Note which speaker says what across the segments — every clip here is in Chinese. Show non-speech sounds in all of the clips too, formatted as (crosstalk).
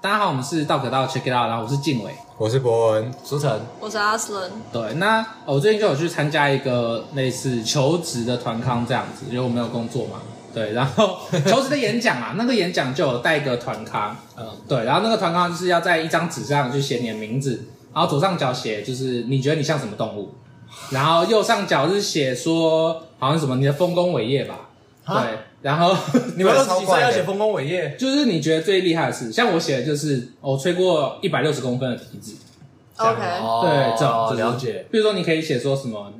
Speaker 1: 大家好，我们是道可道 Check It Out，然后我是静伟。
Speaker 2: 我是博文，
Speaker 3: 舒晨，
Speaker 4: 我是阿斯伦，
Speaker 1: 对，那呃我最近就有去参加一个类似求职的团康这样子，因为我没有工作嘛。对，然后求职的演讲
Speaker 3: (laughs)
Speaker 1: 啊，那个演讲就有带一个团康，嗯，对，然后那个团康就是要在一张纸上去写你的名字，然后左上角写就是你觉得你像什么动物，然后右上角是写说好像什么你的丰功伟业吧，对
Speaker 3: 啊，
Speaker 1: 然后
Speaker 3: (laughs) 你们
Speaker 2: 这
Speaker 3: 二
Speaker 2: 个
Speaker 3: 十
Speaker 2: 超
Speaker 3: 几
Speaker 2: 怪
Speaker 3: 岁啊
Speaker 2: 的
Speaker 3: 要写丰功伟
Speaker 1: (laughs)
Speaker 3: 业，
Speaker 1: 就是你觉得最厉害的事，像我写的就是我吹过一百六十公分的笛子，这样
Speaker 4: OK
Speaker 3: 哦
Speaker 1: 对，这种就是
Speaker 3: 了 (laughs) 解，
Speaker 1: 比如说，你可以写说什么，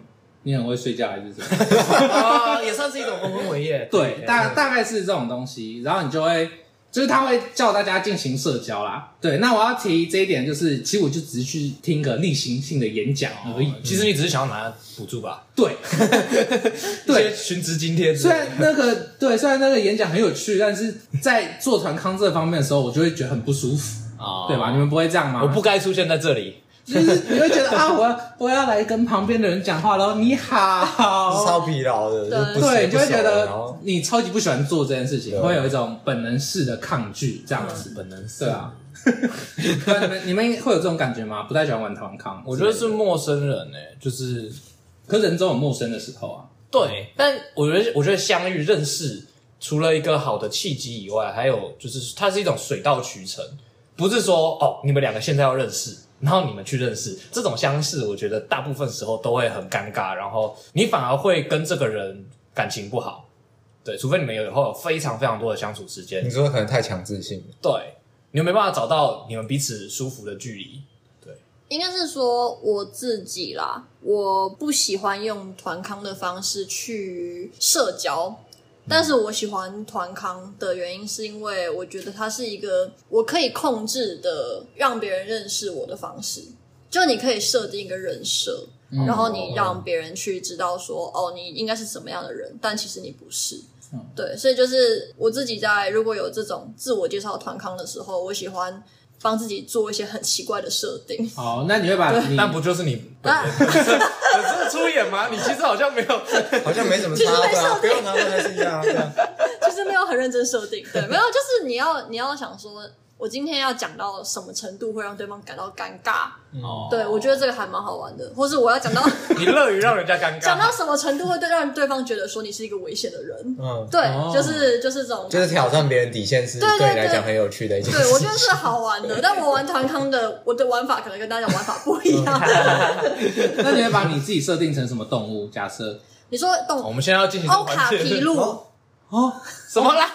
Speaker 1: 你很会睡觉还是什
Speaker 3: (laughs)
Speaker 1: 么？
Speaker 3: 啊，也算是一种丰功伟 (laughs) 业，
Speaker 1: 对，大
Speaker 3: 嗯
Speaker 1: 大概是这种东西，然后你就会，就是他会叫大家进行社交啦。对，那我要提这一点，就是其实我就只是去听个例行性的演讲而已。
Speaker 3: 其实你只是想要拿补助吧，
Speaker 1: 对，
Speaker 3: 一些
Speaker 1: 对。
Speaker 3: 寻职津贴之
Speaker 1: 虽
Speaker 3: 类的，
Speaker 1: 然那个 (laughs) 对，虽然那个演讲很有趣，但是在做团康这方面的时候，我就会觉得很不舒服，
Speaker 3: 啊
Speaker 1: 对吧？你们不会这样吗？
Speaker 3: 我不该出现在这里，
Speaker 1: 就是你会觉得啊，我要我要来跟旁边的人讲话喽，你好，
Speaker 2: 超疲劳的，
Speaker 4: 哦对
Speaker 2: 就不
Speaker 1: 对，
Speaker 2: 吃
Speaker 1: 你
Speaker 2: 不
Speaker 1: 就会
Speaker 2: 熟
Speaker 1: 觉
Speaker 2: 然后
Speaker 1: 得你超级不喜欢做这件事情，
Speaker 2: 对
Speaker 1: 会有一种本能式的抗拒这样子。
Speaker 3: 本能是
Speaker 1: 对，啊， (laughs) 对啊你们你们会有这种感觉吗？不太喜欢玩团康，
Speaker 3: 我觉得是，陌生人诶，就是
Speaker 1: 可是人总有陌生的时候啊。
Speaker 3: 对，但我觉得我觉得相遇认识，除了一个好的契机以外，还有就是它是一种水到渠成，不是说哦你们两个现在要认识。然后你们去认识这种相识，我觉得大部分时候都会很尴尬，然后你反而会跟这个人感情不好，对，除非你们有以后有非常非常多的相处时间
Speaker 2: 你，说可能太强制性了，
Speaker 4: (laughs)
Speaker 3: 对，你们没办法找到你们彼此舒服的距离，
Speaker 4: 应该是说我自己啦，我不喜欢用团康的方式去社交，但是我喜欢团康的原因是因为我觉得它是一个我可以控制的让别人认识我的方式，就你可以设定一个人设。然后你让别人去知道说，哦，你应该是什么样的人，但其实你不是。对，所以就是我自己在如果有这种自我介绍团康的时候，我喜欢帮自己做一些很奇怪的设定。
Speaker 1: 好，那你会把你
Speaker 3: 但不就是你本
Speaker 4: 啊
Speaker 3: 人？你这是出演吗？你其实好像没有，
Speaker 2: 好像没什么
Speaker 4: 其实
Speaker 2: 差，
Speaker 4: 没
Speaker 2: 对
Speaker 4: 什
Speaker 2: 啊，
Speaker 4: 么
Speaker 2: 不用拿回来是一样啊，对啊
Speaker 4: 其实没有很认真设定，对，没有，就是你要你要想说，我今天要讲到什么程度会让对方感到尴尬？
Speaker 3: 哦
Speaker 4: 对，我觉得这个还蛮好玩的，或是我要讲到
Speaker 3: 你乐于让人家尴
Speaker 4: (laughs) 讲
Speaker 3: 尬
Speaker 4: 到。什么程度会对让对方觉得说你是一个危险的人？
Speaker 2: 嗯，
Speaker 4: 对，
Speaker 1: 哦
Speaker 4: 就是就是这种，
Speaker 2: 就是挑。战别人底线是
Speaker 4: 对对
Speaker 2: 对你来
Speaker 4: 对
Speaker 2: 讲很有趣的一件
Speaker 4: 对
Speaker 2: 事，，
Speaker 4: 我
Speaker 2: (laughs)
Speaker 4: 觉得是好玩的，但我玩团康的，我的玩法可能跟大家玩法不一样。
Speaker 2: 嗯
Speaker 1: 那你会把你自己设定成什么动物？假设
Speaker 4: (laughs) 你说
Speaker 3: 我
Speaker 4: 动
Speaker 3: 们现在要进行这个
Speaker 4: 欧卡
Speaker 3: 环节
Speaker 4: 皮鹿
Speaker 2: 哦，
Speaker 1: 哦，
Speaker 3: 什么啦？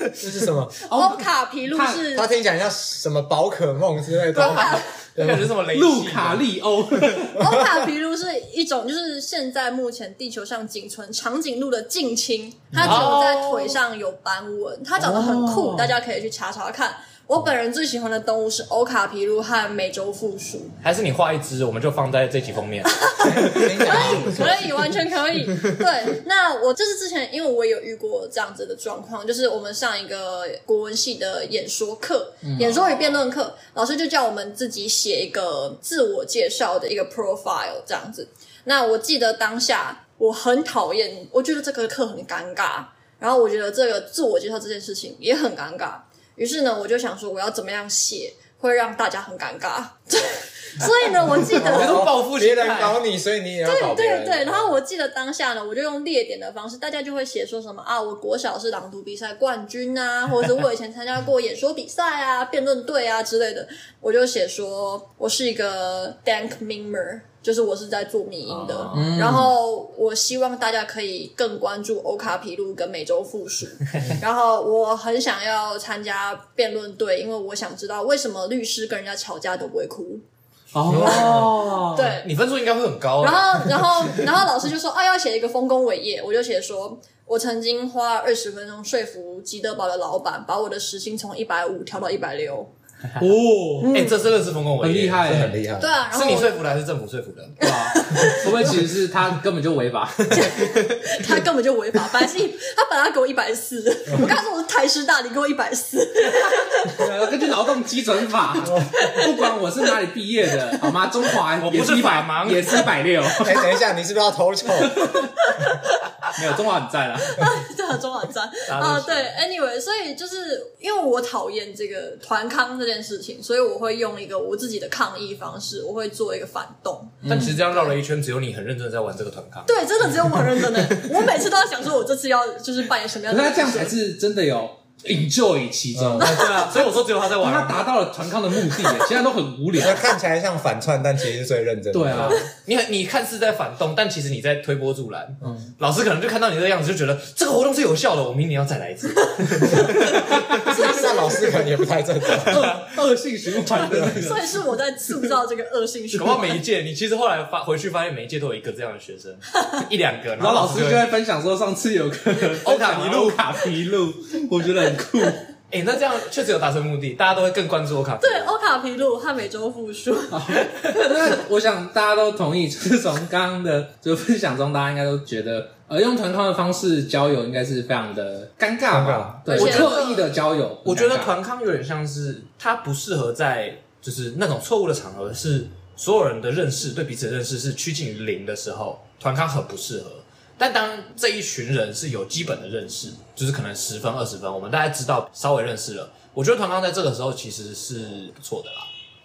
Speaker 2: 这是什么？
Speaker 4: 欧卡皮鹿是
Speaker 2: 他听起来像什么宝可梦之类的，
Speaker 4: 欧卡
Speaker 3: 感觉是什么雷？
Speaker 1: 路卡，利欧，
Speaker 4: 欧卡皮鹭是一种，就是现在目前地球上仅存长颈鹿的近亲，它只有在腿上有斑纹，它长得很酷，
Speaker 1: 哦
Speaker 4: 大家可以去查查看。我本人最喜欢的动物是欧卡皮鹭和美洲负鼠，
Speaker 3: 还是你画一只，我们就放在这期
Speaker 1: (laughs)
Speaker 3: 封面。
Speaker 2: 听起来像不错
Speaker 4: 可以，完全可 (laughs) 以。对，那我就是之前，因为我有遇过这样子的状况，就是我们上一个国文系的演说课，演说与辩论课，老师就叫我们自己写一个自我介绍的一个 profile 这样子。那我记得当下我很讨厌，我觉得这个课很尴尬，然后我觉得这个自我介绍这件事情也很尴尬。于是呢，我就想说我要怎么样写会让大家很尴尬。 (laughs) 所以呢，我记得
Speaker 3: 我都报复
Speaker 2: 别
Speaker 3: 心
Speaker 2: 人
Speaker 3: 态。
Speaker 2: 搞你，所以你也要搞别
Speaker 4: 对
Speaker 2: 人，
Speaker 4: 对对，然后我记得当下呢，我就用列点的方式，大家就会写说什么啊，我国小是朗读比赛冠军啊，或者是我以前参加过演说比赛啊、辩论队啊之类的。我就写说我是一个 dank mimer，就是我是在做迷音
Speaker 2: 哦
Speaker 4: 的。然后我希望大家可以更关注欧卡皮路跟美洲
Speaker 2: (laughs)
Speaker 4: 附属。然后我很想要参加辩论队，因为我想知道为什么律师跟人家吵架都不会哭。
Speaker 1: 哦，
Speaker 4: 对，
Speaker 3: 你分数应该会很高啊
Speaker 4: 然。后，然后，然后老师就说：“啊，要写一个丰功伟业。”我就写说：“我曾经花二十分钟说服吉德堡的老板，把我的时薪从一百五调到一百六。
Speaker 1: 哦，
Speaker 3: 哎，这真的是丰功伟
Speaker 1: 很
Speaker 3: 业，
Speaker 1: 厉害，嗯
Speaker 2: 这很厉害”
Speaker 4: 对，啊，然
Speaker 3: 是
Speaker 4: 后
Speaker 3: 你
Speaker 4: 我
Speaker 3: 说服的还是政府说服的？
Speaker 1: 对吧？会不会其实是他根本就违法？
Speaker 4: 他根本就违法，本来是一他本来要给我一百
Speaker 3: (laughs)
Speaker 4: 四，我刚才说我是台师大，你给我一百四， (laughs)
Speaker 1: 啊根据劳动基准法，不管我是哪里毕业
Speaker 3: (laughs)
Speaker 1: 的，好吗？中华
Speaker 3: 哦我
Speaker 1: 也
Speaker 3: 不是
Speaker 1: 一
Speaker 3: 法
Speaker 1: 百
Speaker 3: 盲
Speaker 1: 也
Speaker 3: (laughs)
Speaker 1: 是一百六，
Speaker 4: (laughs)
Speaker 2: 哎，等一下，你是不是要偷丑？
Speaker 3: (laughs)
Speaker 1: 没有中华很赞啊。
Speaker 4: 对，适合中网站
Speaker 3: 大家
Speaker 4: 啊、
Speaker 3: 都喜
Speaker 4: 对
Speaker 3: 欢
Speaker 4: ，anyway，所以就是因为我讨厌这个团康这件事情，所以我会用一个我自己的抗议方式，我会做一个反动。
Speaker 3: 但其实这样绕了一圈，只有你很认真地在玩这个团康。
Speaker 4: 对，真的只有我很认
Speaker 3: (laughs)
Speaker 4: 真的，我每次都要想说，我这次要就是扮演什么样
Speaker 1: 可是
Speaker 4: 的角
Speaker 1: 他
Speaker 4: 色？
Speaker 1: 这样才是真的有 enjoy 其中，
Speaker 3: 啊对啊，所以我说只有他在玩
Speaker 1: 他 (laughs)
Speaker 3: 啊。
Speaker 1: 达到了团康的目的
Speaker 3: (laughs)
Speaker 1: 耶，其他都很无聊
Speaker 2: 那。看起来像反串，但其实是最认真的。
Speaker 1: 对啊，
Speaker 3: 你很你看似在反动，但其实你在推波助澜。嗯，老师可能就看到你这个样子，就觉得这个活动是有效的，我明年要再来一次。 (laughs)
Speaker 2: 那老师可能也不太正常。
Speaker 1: 恶性循环的
Speaker 3: (laughs)
Speaker 1: 那
Speaker 4: (laughs) 所
Speaker 1: 个。
Speaker 4: 以是我在塑造这个恶性循
Speaker 3: 搞不好
Speaker 4: 环。
Speaker 3: 每一届，你其实后来发回去发现每一届都有一个这样的学生，一两个，然
Speaker 1: 然后老师就
Speaker 3: 哎、
Speaker 1: 在分享说，上次有个
Speaker 3: 欧卡皮路
Speaker 1: 欧卡皮路，我觉得很酷。
Speaker 3: 诶哎那这样确实有达成目的，大家都会更关注我卡。
Speaker 4: (laughs) 对，欧卡皮鲁和美洲复数，
Speaker 1: 那 (laughs) 我想大家都同意，就是从刚刚的就分享中，大家应该都觉得，呃，用团康的方式交友应该是非常的尴尬吧？
Speaker 2: 尴
Speaker 1: 对
Speaker 4: 而
Speaker 1: 我
Speaker 4: 且
Speaker 1: 刻意的交友，
Speaker 3: 我觉得
Speaker 1: 很尴尬
Speaker 3: 团康有点像是它不适合在就是那种错误的场合，是所有人的认识对彼此的认识是趋近于零的时候，团康很不适合。但当这一群人是有基本的认识，就是可能十分二十分，我们大家知道稍微认识了，我觉得团康在这个时候其实是不错的啦。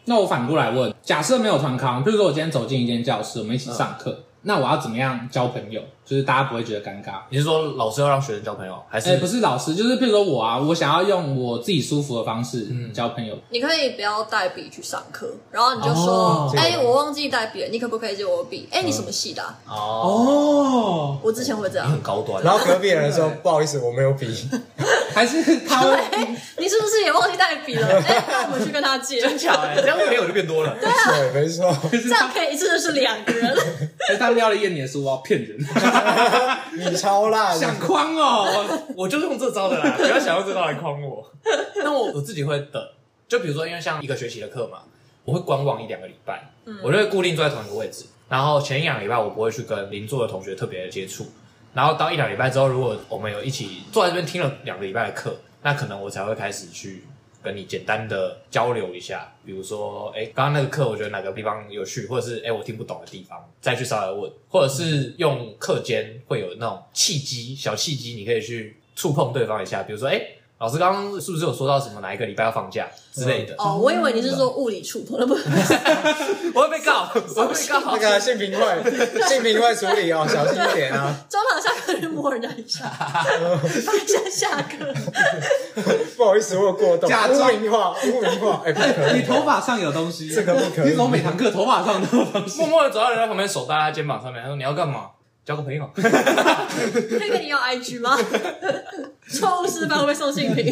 Speaker 1: 那我反过来问，假设没有团康，比如说我今天走进一间教室，我们一起上课，那我要怎么样交朋友？就是大家不会觉得尴尬。
Speaker 3: 你是说老师要让学生交朋友，还是、
Speaker 1: 哎、不是老师，就是比如说我啊，我想要用我自己舒服的方式交朋友，
Speaker 4: (laughs) 你可以不要带笔去上课，然后你就
Speaker 1: 哦
Speaker 4: 说：“
Speaker 2: 这
Speaker 4: 哎、
Speaker 2: 个
Speaker 4: 我忘记带笔了，你可不可以借我笔？”哎、你什么系的啊、
Speaker 3: 哦，
Speaker 1: 哦，
Speaker 4: 我之前会这
Speaker 3: 你
Speaker 4: 样
Speaker 3: 很。高端。 (laughs)
Speaker 2: 然后隔壁的人说：“不好意思，我没有笔。
Speaker 1: 还是他会
Speaker 4: (laughs) 哎，你是不是也忘记带 (laughs) 笔了？哎、那我们去跟他借，
Speaker 3: 真巧哎、这样朋友就变多了。”
Speaker 2: 对，没错。
Speaker 4: 这样可以一次就是两个人。 (laughs)
Speaker 1: 还是他撩了一眼你的书包骗人，
Speaker 2: 你超烂，
Speaker 1: 想框哦，
Speaker 3: 我就用这招的啦，不要想用这招来诓我。 (laughs) 那我我自己会等，就比如说，因为像一个学期的课嘛，我会观望一两个礼拜，我就会固定坐在同一个位置。然后前一两个礼拜我不会去跟邻座的同学特别接触，然后到一两礼拜之后，如果我们有一起坐在这边听了两个礼拜的课，那可能我才会开始去跟你简单的交流一下，比如说，哎，刚刚那个课我觉得哪个地方有趣，或者是哎我听不懂的地方，再去稍微问，或者是用课间会有那种契机，小契机，你可以去触碰对方一下，比如说，哎，老师刚刚是不是有说到什么哪一个礼拜要放假之类的？
Speaker 4: 哦，我以为你是说物理触碰了，不 (laughs)
Speaker 3: 我会被 (laughs) 告，我会被告
Speaker 2: 那。个性平会，性平会处理哦，小心一点啊！
Speaker 4: 中堂下课就摸人家一 (laughs) 下，放下下课。
Speaker 2: 不好意思，我有过动，
Speaker 1: 假装
Speaker 2: 污名化，污名化，哎，不可
Speaker 1: 你
Speaker 2: 以，
Speaker 1: 头发上有东西，
Speaker 2: 这个不可以
Speaker 1: 你怎么每堂课头发上都有东西
Speaker 3: 默？默的走到人家旁边，手搭在他肩膀上面，他说：“你要干嘛？交个朋 (laughs) 友。”
Speaker 4: 可以跟你要 IG 吗？ (laughs) 错误示范会不会送性平？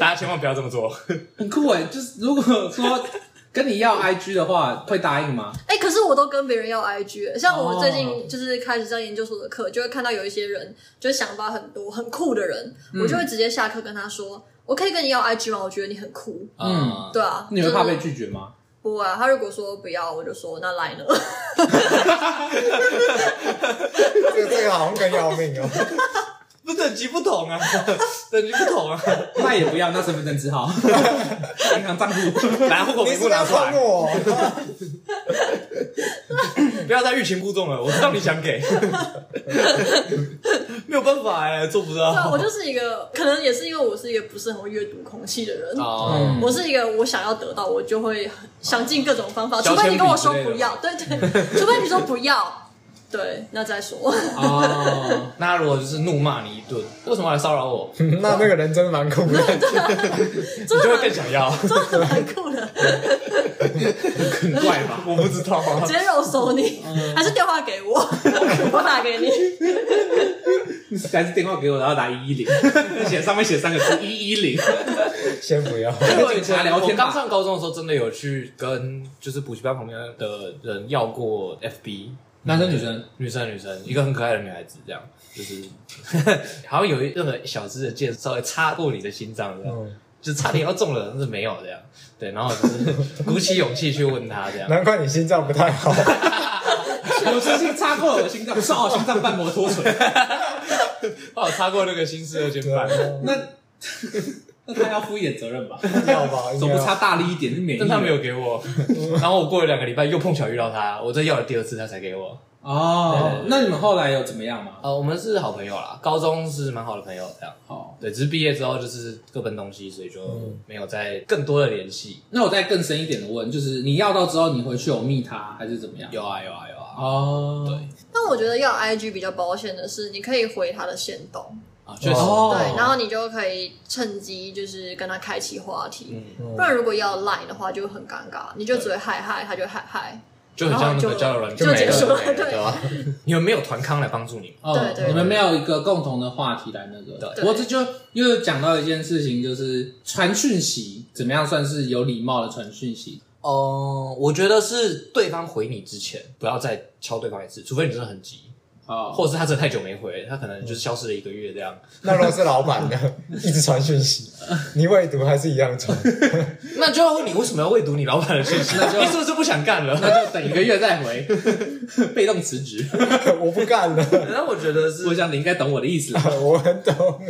Speaker 3: 大家千万不要这么做。
Speaker 1: 很酷哎，就是如果说跟你要 IG 的话，会答应吗？
Speaker 4: 哎、可是我都跟别人要 IG，了像我最
Speaker 1: 哦
Speaker 4: 近就是开始上研究所的课，就会看到有一些人就是想法很多、很酷的人，
Speaker 1: 嗯
Speaker 4: 我就会直接下课跟他说：“我可以跟你要 IG 吗？我觉得你很酷。
Speaker 1: 嗯”
Speaker 4: 对啊，
Speaker 1: 你会怕被
Speaker 4: 就是
Speaker 1: 拒绝吗？
Speaker 4: 不会啊，他如果说不要，我就说那来呢。
Speaker 2: 这个这个好像更要命哦。
Speaker 3: 不等级不同 (laughs) 啊，等级不同啊。
Speaker 1: 那也不要，那身份证字
Speaker 2: (laughs)
Speaker 1: 号、银行账户。
Speaker 3: 来，户口
Speaker 2: 你
Speaker 3: 名
Speaker 2: 是不
Speaker 3: 簿
Speaker 2: 是
Speaker 3: 拿
Speaker 2: 要
Speaker 3: 出来
Speaker 2: 看，我？
Speaker 3: 不要再欲擒故纵了。我知道你想给， (laughs) 没有办法哎、做不
Speaker 4: 对啊，
Speaker 1: 哦
Speaker 3: 到。
Speaker 4: (laughs) 我就是一个，可能也是因为我是一个不是很会阅读空气的人。
Speaker 3: 哦，
Speaker 4: 我是一个我想要得到，我就会想尽各种
Speaker 1: 哦
Speaker 4: 方法，
Speaker 3: 消
Speaker 4: 除
Speaker 3: 遣
Speaker 4: 非你跟我
Speaker 3: 品之
Speaker 4: 说
Speaker 3: 类的
Speaker 4: 不要，对对，除非你说不要，对，那再说。
Speaker 1: 哦，
Speaker 3: 那如果就是怒骂你一顿，为什么来骚扰 (laughs) 我？你
Speaker 2: 那那个人真的蛮酷的，
Speaker 4: 真
Speaker 3: 就
Speaker 4: 的
Speaker 3: 会
Speaker 4: 蛮
Speaker 3: 更想要。
Speaker 4: (laughs) 真的蛮酷的，
Speaker 1: 很怪吧？
Speaker 3: (laughs) 我不知道啊
Speaker 4: 直，接肉搜你，
Speaker 3: 嗯
Speaker 4: 还是电话给我， (laughs) 我打给你。
Speaker 1: 还是电话给我，然后打一一零，写上面写三个字一一零。
Speaker 2: 先不要。
Speaker 3: 因为我以
Speaker 1: 警察
Speaker 3: 前
Speaker 1: 聊
Speaker 3: 我
Speaker 1: 天吧
Speaker 3: 刚上高中的时候，真的有去跟就是补习班旁边的人要过 FB，
Speaker 1: 男生女生，
Speaker 3: 女生女生，一个很可爱的女孩子，这样就是 (laughs) 好像有一任何小枝的箭稍微插过你的心脏，这样、
Speaker 2: 嗯
Speaker 3: 就差点要中了，但是没有这样。对，然后就是 (laughs) 鼓起勇气去问她这样。
Speaker 2: 难怪你心脏不太好，
Speaker 1: 有曾经插过我的心脏，是哦，心脏瓣膜脱
Speaker 2: (laughs)
Speaker 1: 垂。
Speaker 3: 哦，我插过那个新式二尖瓣，
Speaker 1: 那 (laughs) 那他要负一点责任吧？
Speaker 2: 要吧？应
Speaker 1: 怎
Speaker 2: 该
Speaker 1: 么
Speaker 2: 要
Speaker 1: 插大力一点就免疫？
Speaker 3: 但她没有，给我。然后我过了两个礼拜又碰巧遇到她，我再要了第二次，她才给我。对
Speaker 1: 哦
Speaker 3: 对对，
Speaker 1: 那你们后来有怎么样吗？
Speaker 3: 呃，我们是好朋友啦，高中是蛮好的朋友，这样。
Speaker 1: 好，
Speaker 3: 对，只是毕业之后就是各奔东西，所以就没有再更多的联系。
Speaker 1: 那我再更深一点的问，就是你要到之后，你回去有密他还是怎么样？
Speaker 3: 有啊，有啊，有啊。
Speaker 1: 哦，
Speaker 3: 对
Speaker 4: 但我觉得要 IG 比较保险的是，你可以回他的线动，
Speaker 3: 啊，确实。
Speaker 1: 哦
Speaker 4: 对，然后你就可以趁机就是跟他开启话题。
Speaker 3: 嗯，
Speaker 4: 不然如果要 Line 的话就很尴尬，你就只会嗨嗨，他就嗨嗨。
Speaker 3: 就很像那
Speaker 4: 然后就
Speaker 3: 个交友软
Speaker 4: 就
Speaker 3: 件，
Speaker 2: 没
Speaker 4: 结束了
Speaker 2: 没
Speaker 4: 对
Speaker 2: 对
Speaker 4: (laughs)
Speaker 2: 吧？
Speaker 3: 你们没有团康来帮助你吗？
Speaker 1: 哦，
Speaker 4: 对对
Speaker 1: 你们没有一个共同的话题来那个。不
Speaker 3: 对
Speaker 1: 过这就又讲到一件事情，就是传讯息怎么样算是有礼貌的传讯息？
Speaker 3: 哦、我觉得是对方回你之前，不要再敲对方一次，除非你真的很急，
Speaker 1: 哦，
Speaker 3: 或者是他真的太久没回，他可能就是消失了一个月这样。
Speaker 2: 那如果是老板呢？一直传讯息，你未读还是一样传？
Speaker 3: 那就要问你为什么要未读你老板的信息？ (laughs)
Speaker 1: 那就
Speaker 3: 你是不是不想干了？
Speaker 1: 那就等一个月再回， (laughs) 被动辞职。 (laughs)
Speaker 2: 我不干了，
Speaker 3: 那我觉得是
Speaker 1: 我想你应该懂我的意思了。
Speaker 2: 我很懂。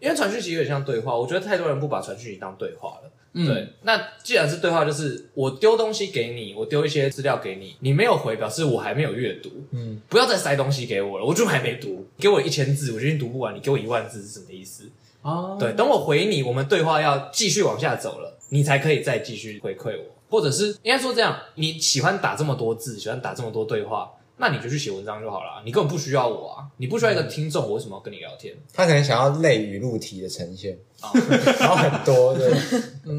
Speaker 3: 因为传讯息有点像对话，我觉得太多人不把传讯息当对话了。
Speaker 1: 嗯
Speaker 3: 对，那既然是对话，就是我丢东西给你，我丢一些资料给你，你没有回，表示我还没有阅读。
Speaker 2: 嗯，
Speaker 3: 不要再塞东西给我了，我就还没读。给我一千字，我就已经读不完。你给我一万字是什么意思？
Speaker 1: 哦，
Speaker 3: 对，等我回你，我们对话要继续往下走了，你才可以再继续回馈我，或者是应该说这样，你喜欢打这么多字，喜欢打这么多对话，那你就去写文章就好了，你根本不需要我啊，你不需要一个听众，我为什么要跟你聊天？
Speaker 2: 他可能想要类语录题的呈现，
Speaker 3: 啊、
Speaker 2: 然后很多对，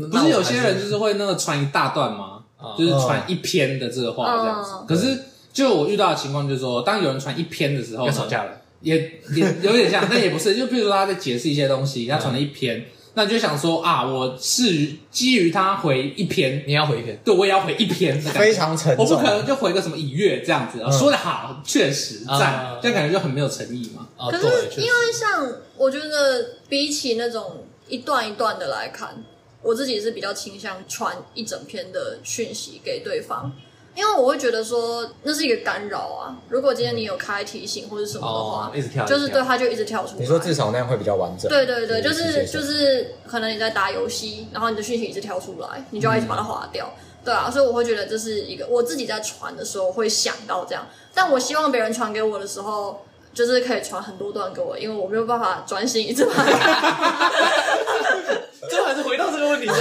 Speaker 1: 不是有些人就是会那个传一大段吗？
Speaker 3: 嗯
Speaker 1: 就是传一篇的这个话这样子
Speaker 4: 嗯。
Speaker 1: 可是就我遇到的情况就是说，当有人传一篇的时候
Speaker 3: 要
Speaker 1: 呢，
Speaker 3: 吵架了，
Speaker 1: 也也有点像，但也不是。就譬如说他在解释一些东西，他传
Speaker 3: 嗯
Speaker 1: 了一篇，那你就想说啊，我是于基于他回一篇，
Speaker 3: 你要回一篇，
Speaker 1: 对我也要回一篇的感觉
Speaker 2: 非常沉
Speaker 1: 我
Speaker 2: 重。啊
Speaker 1: 不可能就回个什么以月这样子，啊，
Speaker 2: 嗯
Speaker 1: 说的好，确实赞
Speaker 3: 嗯，
Speaker 1: 这样感觉就很没有诚意
Speaker 3: (laughs)
Speaker 1: 嘛。
Speaker 3: 啊，
Speaker 4: 可
Speaker 3: 对
Speaker 4: 是因为像我觉得比起那种一段一段的来看，我自己是比较倾向传一整篇的讯息给对方，因为我会觉得说那是一个干扰啊。如果今天你有开提醒或者什么的
Speaker 3: 哦
Speaker 4: 话，，
Speaker 3: 一直跳，
Speaker 4: 就是对
Speaker 3: 一直跳
Speaker 4: 他就一直跳出来。
Speaker 2: 你说至少那样会比较完整。
Speaker 4: 对对对，就是
Speaker 2: 是
Speaker 4: 就
Speaker 2: 接受
Speaker 4: 是，可能你在打游戏，然后你的讯息一直跳出来，你就要一直把它划掉。对啊，所以我会觉得这是一个我自己在传的时候会想到这样，但我希望别人传给我的时候，就是可以传很多段给我，因为我没有办法专心一直把它看， (laughs)
Speaker 3: 最后还是回到这个问题上，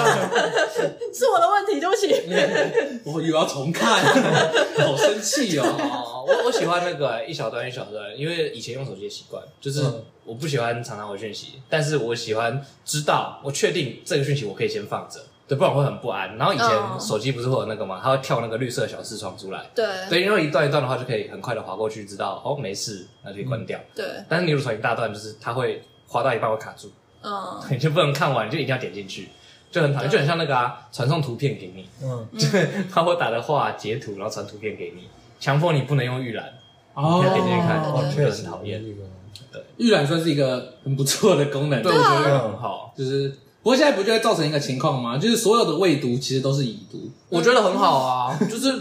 Speaker 4: 是我的问题，对不起。
Speaker 1: 我以为要重看，好生气哦。
Speaker 3: 哦，我我喜欢那个一小段一小段，因为以前用手机的习惯，就是
Speaker 2: 嗯
Speaker 3: 我不喜欢常常回讯息，但是我喜欢知道，我确定这个讯息我可以先放着，对，不然我会很不安。然后以前
Speaker 4: 嗯
Speaker 3: 手机不是会有那个嘛，它会跳那个绿色小视窗出来，
Speaker 4: 对
Speaker 3: 对，因为一段一段的话就可以很快的划过去，知道哦没事，那就可以关掉。
Speaker 4: 对，
Speaker 3: 但是你如果传一大段，就是它会划到一半会卡住， (laughs)
Speaker 4: 嗯，
Speaker 3: 你就不能看完，你就一定要点进去。就很讨厌，就很像那个啊，传送图片给你， (laughs)
Speaker 2: 嗯，
Speaker 3: 他会打的话截图，然后传图片给你，强迫你不能用预览，
Speaker 1: 哦
Speaker 3: 要点进去看，
Speaker 4: 对
Speaker 3: 我
Speaker 2: 哦，
Speaker 3: 觉
Speaker 2: 确
Speaker 3: 得
Speaker 2: 实
Speaker 3: 很讨厌。。
Speaker 1: 预览算是一个很不错的功能，
Speaker 3: 对，我觉得
Speaker 2: 啊
Speaker 3: 很好，
Speaker 1: 就是不过现在不就会造成一个情况吗？就是所有的未读其实都是已读，
Speaker 3: 我觉得很好啊，就是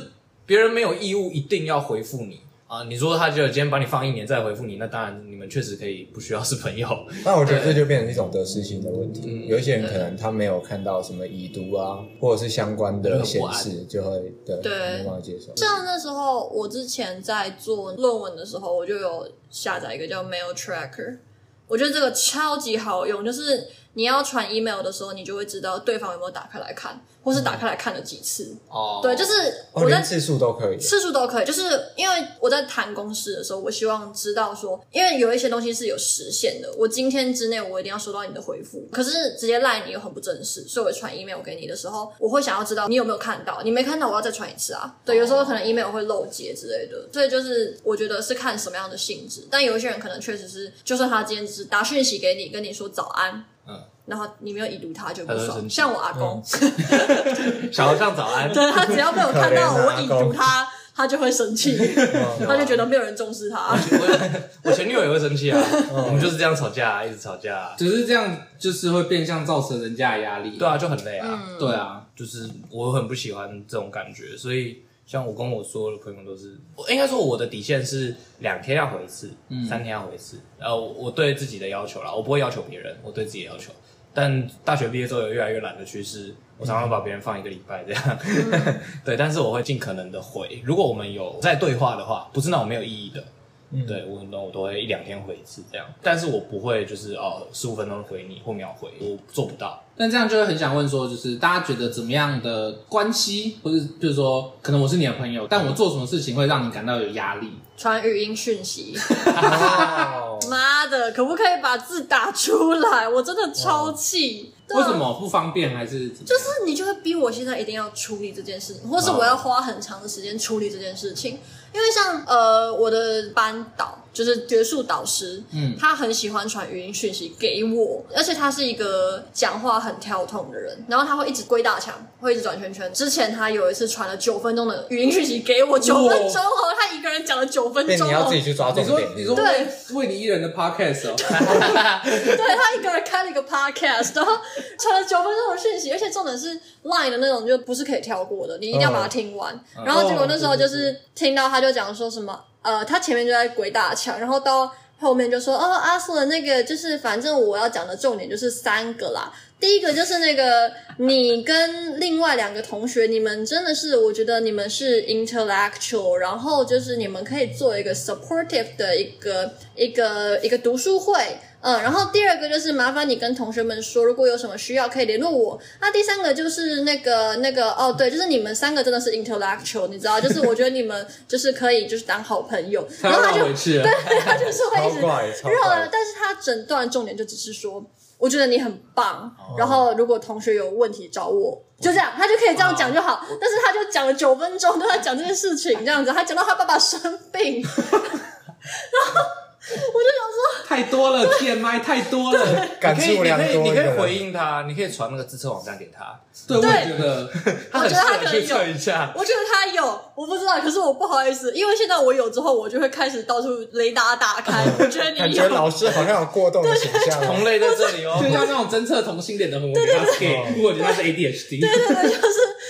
Speaker 3: 别人没有义务一定要回复你啊。你说他就今天把你放一年再回复你，那当然你们确实可以不需要是朋友，
Speaker 2: 那我觉得这就变成一种得失心的问题。有一些人可能他没有看到什么已读啊，或者是相关的显示，就会对
Speaker 4: 对
Speaker 2: 没办法接受。
Speaker 4: 像那时候我之前在做论文的时候，我就有下载一个叫 Mail Tracker，我觉得这个超级好用，就是你要传 email 的时候，你就会知道对方有没有打开来看，或是打开来看了几次。
Speaker 3: 哦
Speaker 4: 对，就是
Speaker 2: 哦，
Speaker 4: 我在
Speaker 2: 连次数都可以。
Speaker 4: 次数都可以，就是因为我在谈公式的时候，我希望知道说，因为有一些东西是有时限的，我今天之内我一定要收到你的回复。可是直接赖你又很不正式，所以我传 email 给你的时候，我会想要知道你有没有看到，你没看到我要再传一次啊。
Speaker 3: 哦
Speaker 4: 对，有时候可能 email 会漏接之类的，所以就是我觉得是看什么样的性质，但有一些人可能确实是，就算他今天只是打讯息给你，跟你说早安，
Speaker 3: 嗯。
Speaker 4: 然后你没有已读他就不
Speaker 3: 他就会
Speaker 4: 爽，
Speaker 3: 生气
Speaker 4: 像我阿公，
Speaker 3: 小和尚早安，
Speaker 4: 对 (laughs) 他只要被我看到
Speaker 2: 可怜啊
Speaker 4: 我已
Speaker 1: (laughs)
Speaker 4: 读他，他就会生气。
Speaker 2: 嗯
Speaker 1: 哦
Speaker 4: 他就觉得没有人重视他。
Speaker 3: 我我前女友也会生气啊，我们就是这样吵架啊，一直吵架啊，
Speaker 1: 只是这样就是会变相造成人家的压力。
Speaker 3: 对啊，就很累
Speaker 4: 嗯
Speaker 3: 啊，
Speaker 1: 对啊，
Speaker 3: 就是我很不喜欢这种感觉，所以。像我跟我所有的朋友都是，我应该说我的底线是两天要回一次，三天要回一次。呃，我我对自己的要求啦，我不会要求别人，我对自己的要求。但大学毕业之后有越来越懒的趋势，我常常把别人放一个礼拜这样。 (laughs) 对，但是我会尽可能的回。如果我们有在对话的话，不是那种没有意义的，对我那我都会一两天回一次这样。但是我不会就是哦十五分钟回你或秒回，我做不到。
Speaker 1: 但这样就会很想问说，就是大家觉得怎么样的关系，或者就是说，可能我是你的朋友，但我做什么事情会让你感到有压力？
Speaker 4: 传语音讯息，
Speaker 2: 哦，
Speaker 4: 妈的，可不可以把字打出来？我真的超气。对
Speaker 1: 哦为
Speaker 4: 啊
Speaker 1: 什？么不方便还是怎么样
Speaker 4: 就是你就会逼我现在一定要处理这件事情，或
Speaker 2: 啊
Speaker 4: 是我要花很长的时间处理这件事情。因为像呃，我的班导就是学术导师，
Speaker 1: 嗯
Speaker 4: 他很喜欢传语音讯息给我，而且他是一个讲话很跳痛的人，然后他会一直归大墙，会一直转圈圈。之前他有一次传了九分钟的语音讯息给我，九分钟哦，他一个人讲了九分
Speaker 2: 那
Speaker 4: 钟
Speaker 2: 你要
Speaker 4: 哦
Speaker 2: 自，己去抓重
Speaker 1: 你说
Speaker 2: 点。
Speaker 1: 你说
Speaker 4: 对
Speaker 1: 为为你一人的 podcast 哦，
Speaker 4: 对他一个人开了一个 podcast，然后传了九分钟的讯息，而且重点是 Line 的那种，就不是可以跳过的，你一定要把它听完。然后结果那时候就是听到他就讲说什么，呃，他前面就在鬼打墙，然后到后面就说，哦，阿斯的那个就是，反正我要讲的重点就是三个啦。第一个就是那个你跟另外两个同学，你们真的是，我觉得你们是 intellectual，然后就是你们可以做一个 supportive 的一个一个一个读书会。嗯，然后第二个就是麻烦你跟同学们说，如果有什么需要可以联络我。那第三个就是那个那个哦，对，就是你们三个真的是 intellectual，你知道，就是我觉得你们就是可以就是当好朋友。
Speaker 1: (laughs) 他
Speaker 4: 然后
Speaker 1: 要
Speaker 4: 他就
Speaker 1: 绕回去了。
Speaker 4: (laughs) 他就是会一直
Speaker 2: 超怪超怪
Speaker 4: 绕了，但是他整段重点就只是说，我觉得你很棒，
Speaker 2: 哦
Speaker 4: 然后如果同学有问题找我，就这样，他就可以这样讲就
Speaker 2: 哦
Speaker 4: 好。但是他就讲了九分钟都在讲这件事情，这样子，他讲到他爸爸生病， (laughs) 然后我就想说，
Speaker 1: 太多了，TMI 太多了。
Speaker 2: (laughs) 感
Speaker 3: 你可以
Speaker 2: 触良多，
Speaker 3: 你可以你可
Speaker 2: 对
Speaker 3: 以回应他，你可以传那个自测网站给他，
Speaker 1: 对，我
Speaker 4: 对
Speaker 1: 也觉得
Speaker 4: 我
Speaker 3: 他很
Speaker 4: 觉
Speaker 3: 适
Speaker 4: 得他
Speaker 3: 合
Speaker 4: 可
Speaker 3: 去
Speaker 4: 能有
Speaker 3: 测一下。
Speaker 4: 我觉得他有，我不知道，可是我不好意思，因为现在我有之后，我就会开始到处雷达打开，我觉得
Speaker 2: 感
Speaker 4: 你
Speaker 2: 觉
Speaker 4: 有。
Speaker 2: 老师好像有过动的倾向哦。
Speaker 3: 同类在这里哦，
Speaker 1: 就像那种侦测同性恋的很，我觉得他是 gay，如果我觉得他是 ADHD，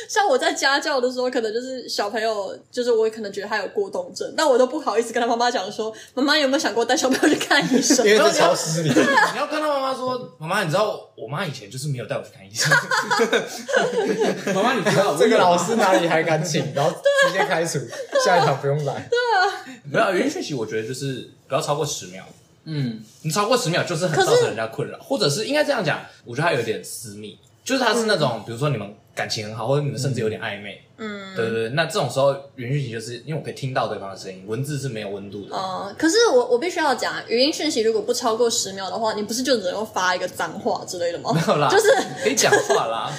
Speaker 4: 像我在家教的时候，可能就是小朋友，就是我可能觉得他有过动症，但我都不好意思跟他妈妈讲说，妈妈有没有想过带小朋友去看医生？
Speaker 2: 因为这超失礼，
Speaker 3: 你要跟他妈妈说，妈妈，你知道我妈以前就是没有带我去看医生，
Speaker 1: 妈妈你知道我
Speaker 2: 这个
Speaker 1: 有
Speaker 2: 老师哪里还敢请？然后直接开除，下一场不用来。
Speaker 3: 没有语音讯息，我觉得就是不要超过十秒，
Speaker 1: 嗯，
Speaker 3: 你超过十秒就是很
Speaker 4: 可是
Speaker 3: 造成人家困扰，或者是应该这样讲，我觉得它有点私密，就是它是那种，比如说你们感情很好，或者你们甚至有点暧昧，嗯，对对对，那这种时候语音讯息就是因为我可以听到对方的声音，文字是没有温度的，
Speaker 4: 呃，可是我我必须要讲，语音讯息如果不超过十秒的话，你不是就只能发一个脏话之类的吗？
Speaker 3: (laughs) 没有啦，
Speaker 4: 就是啊
Speaker 3: 可以讲话啦，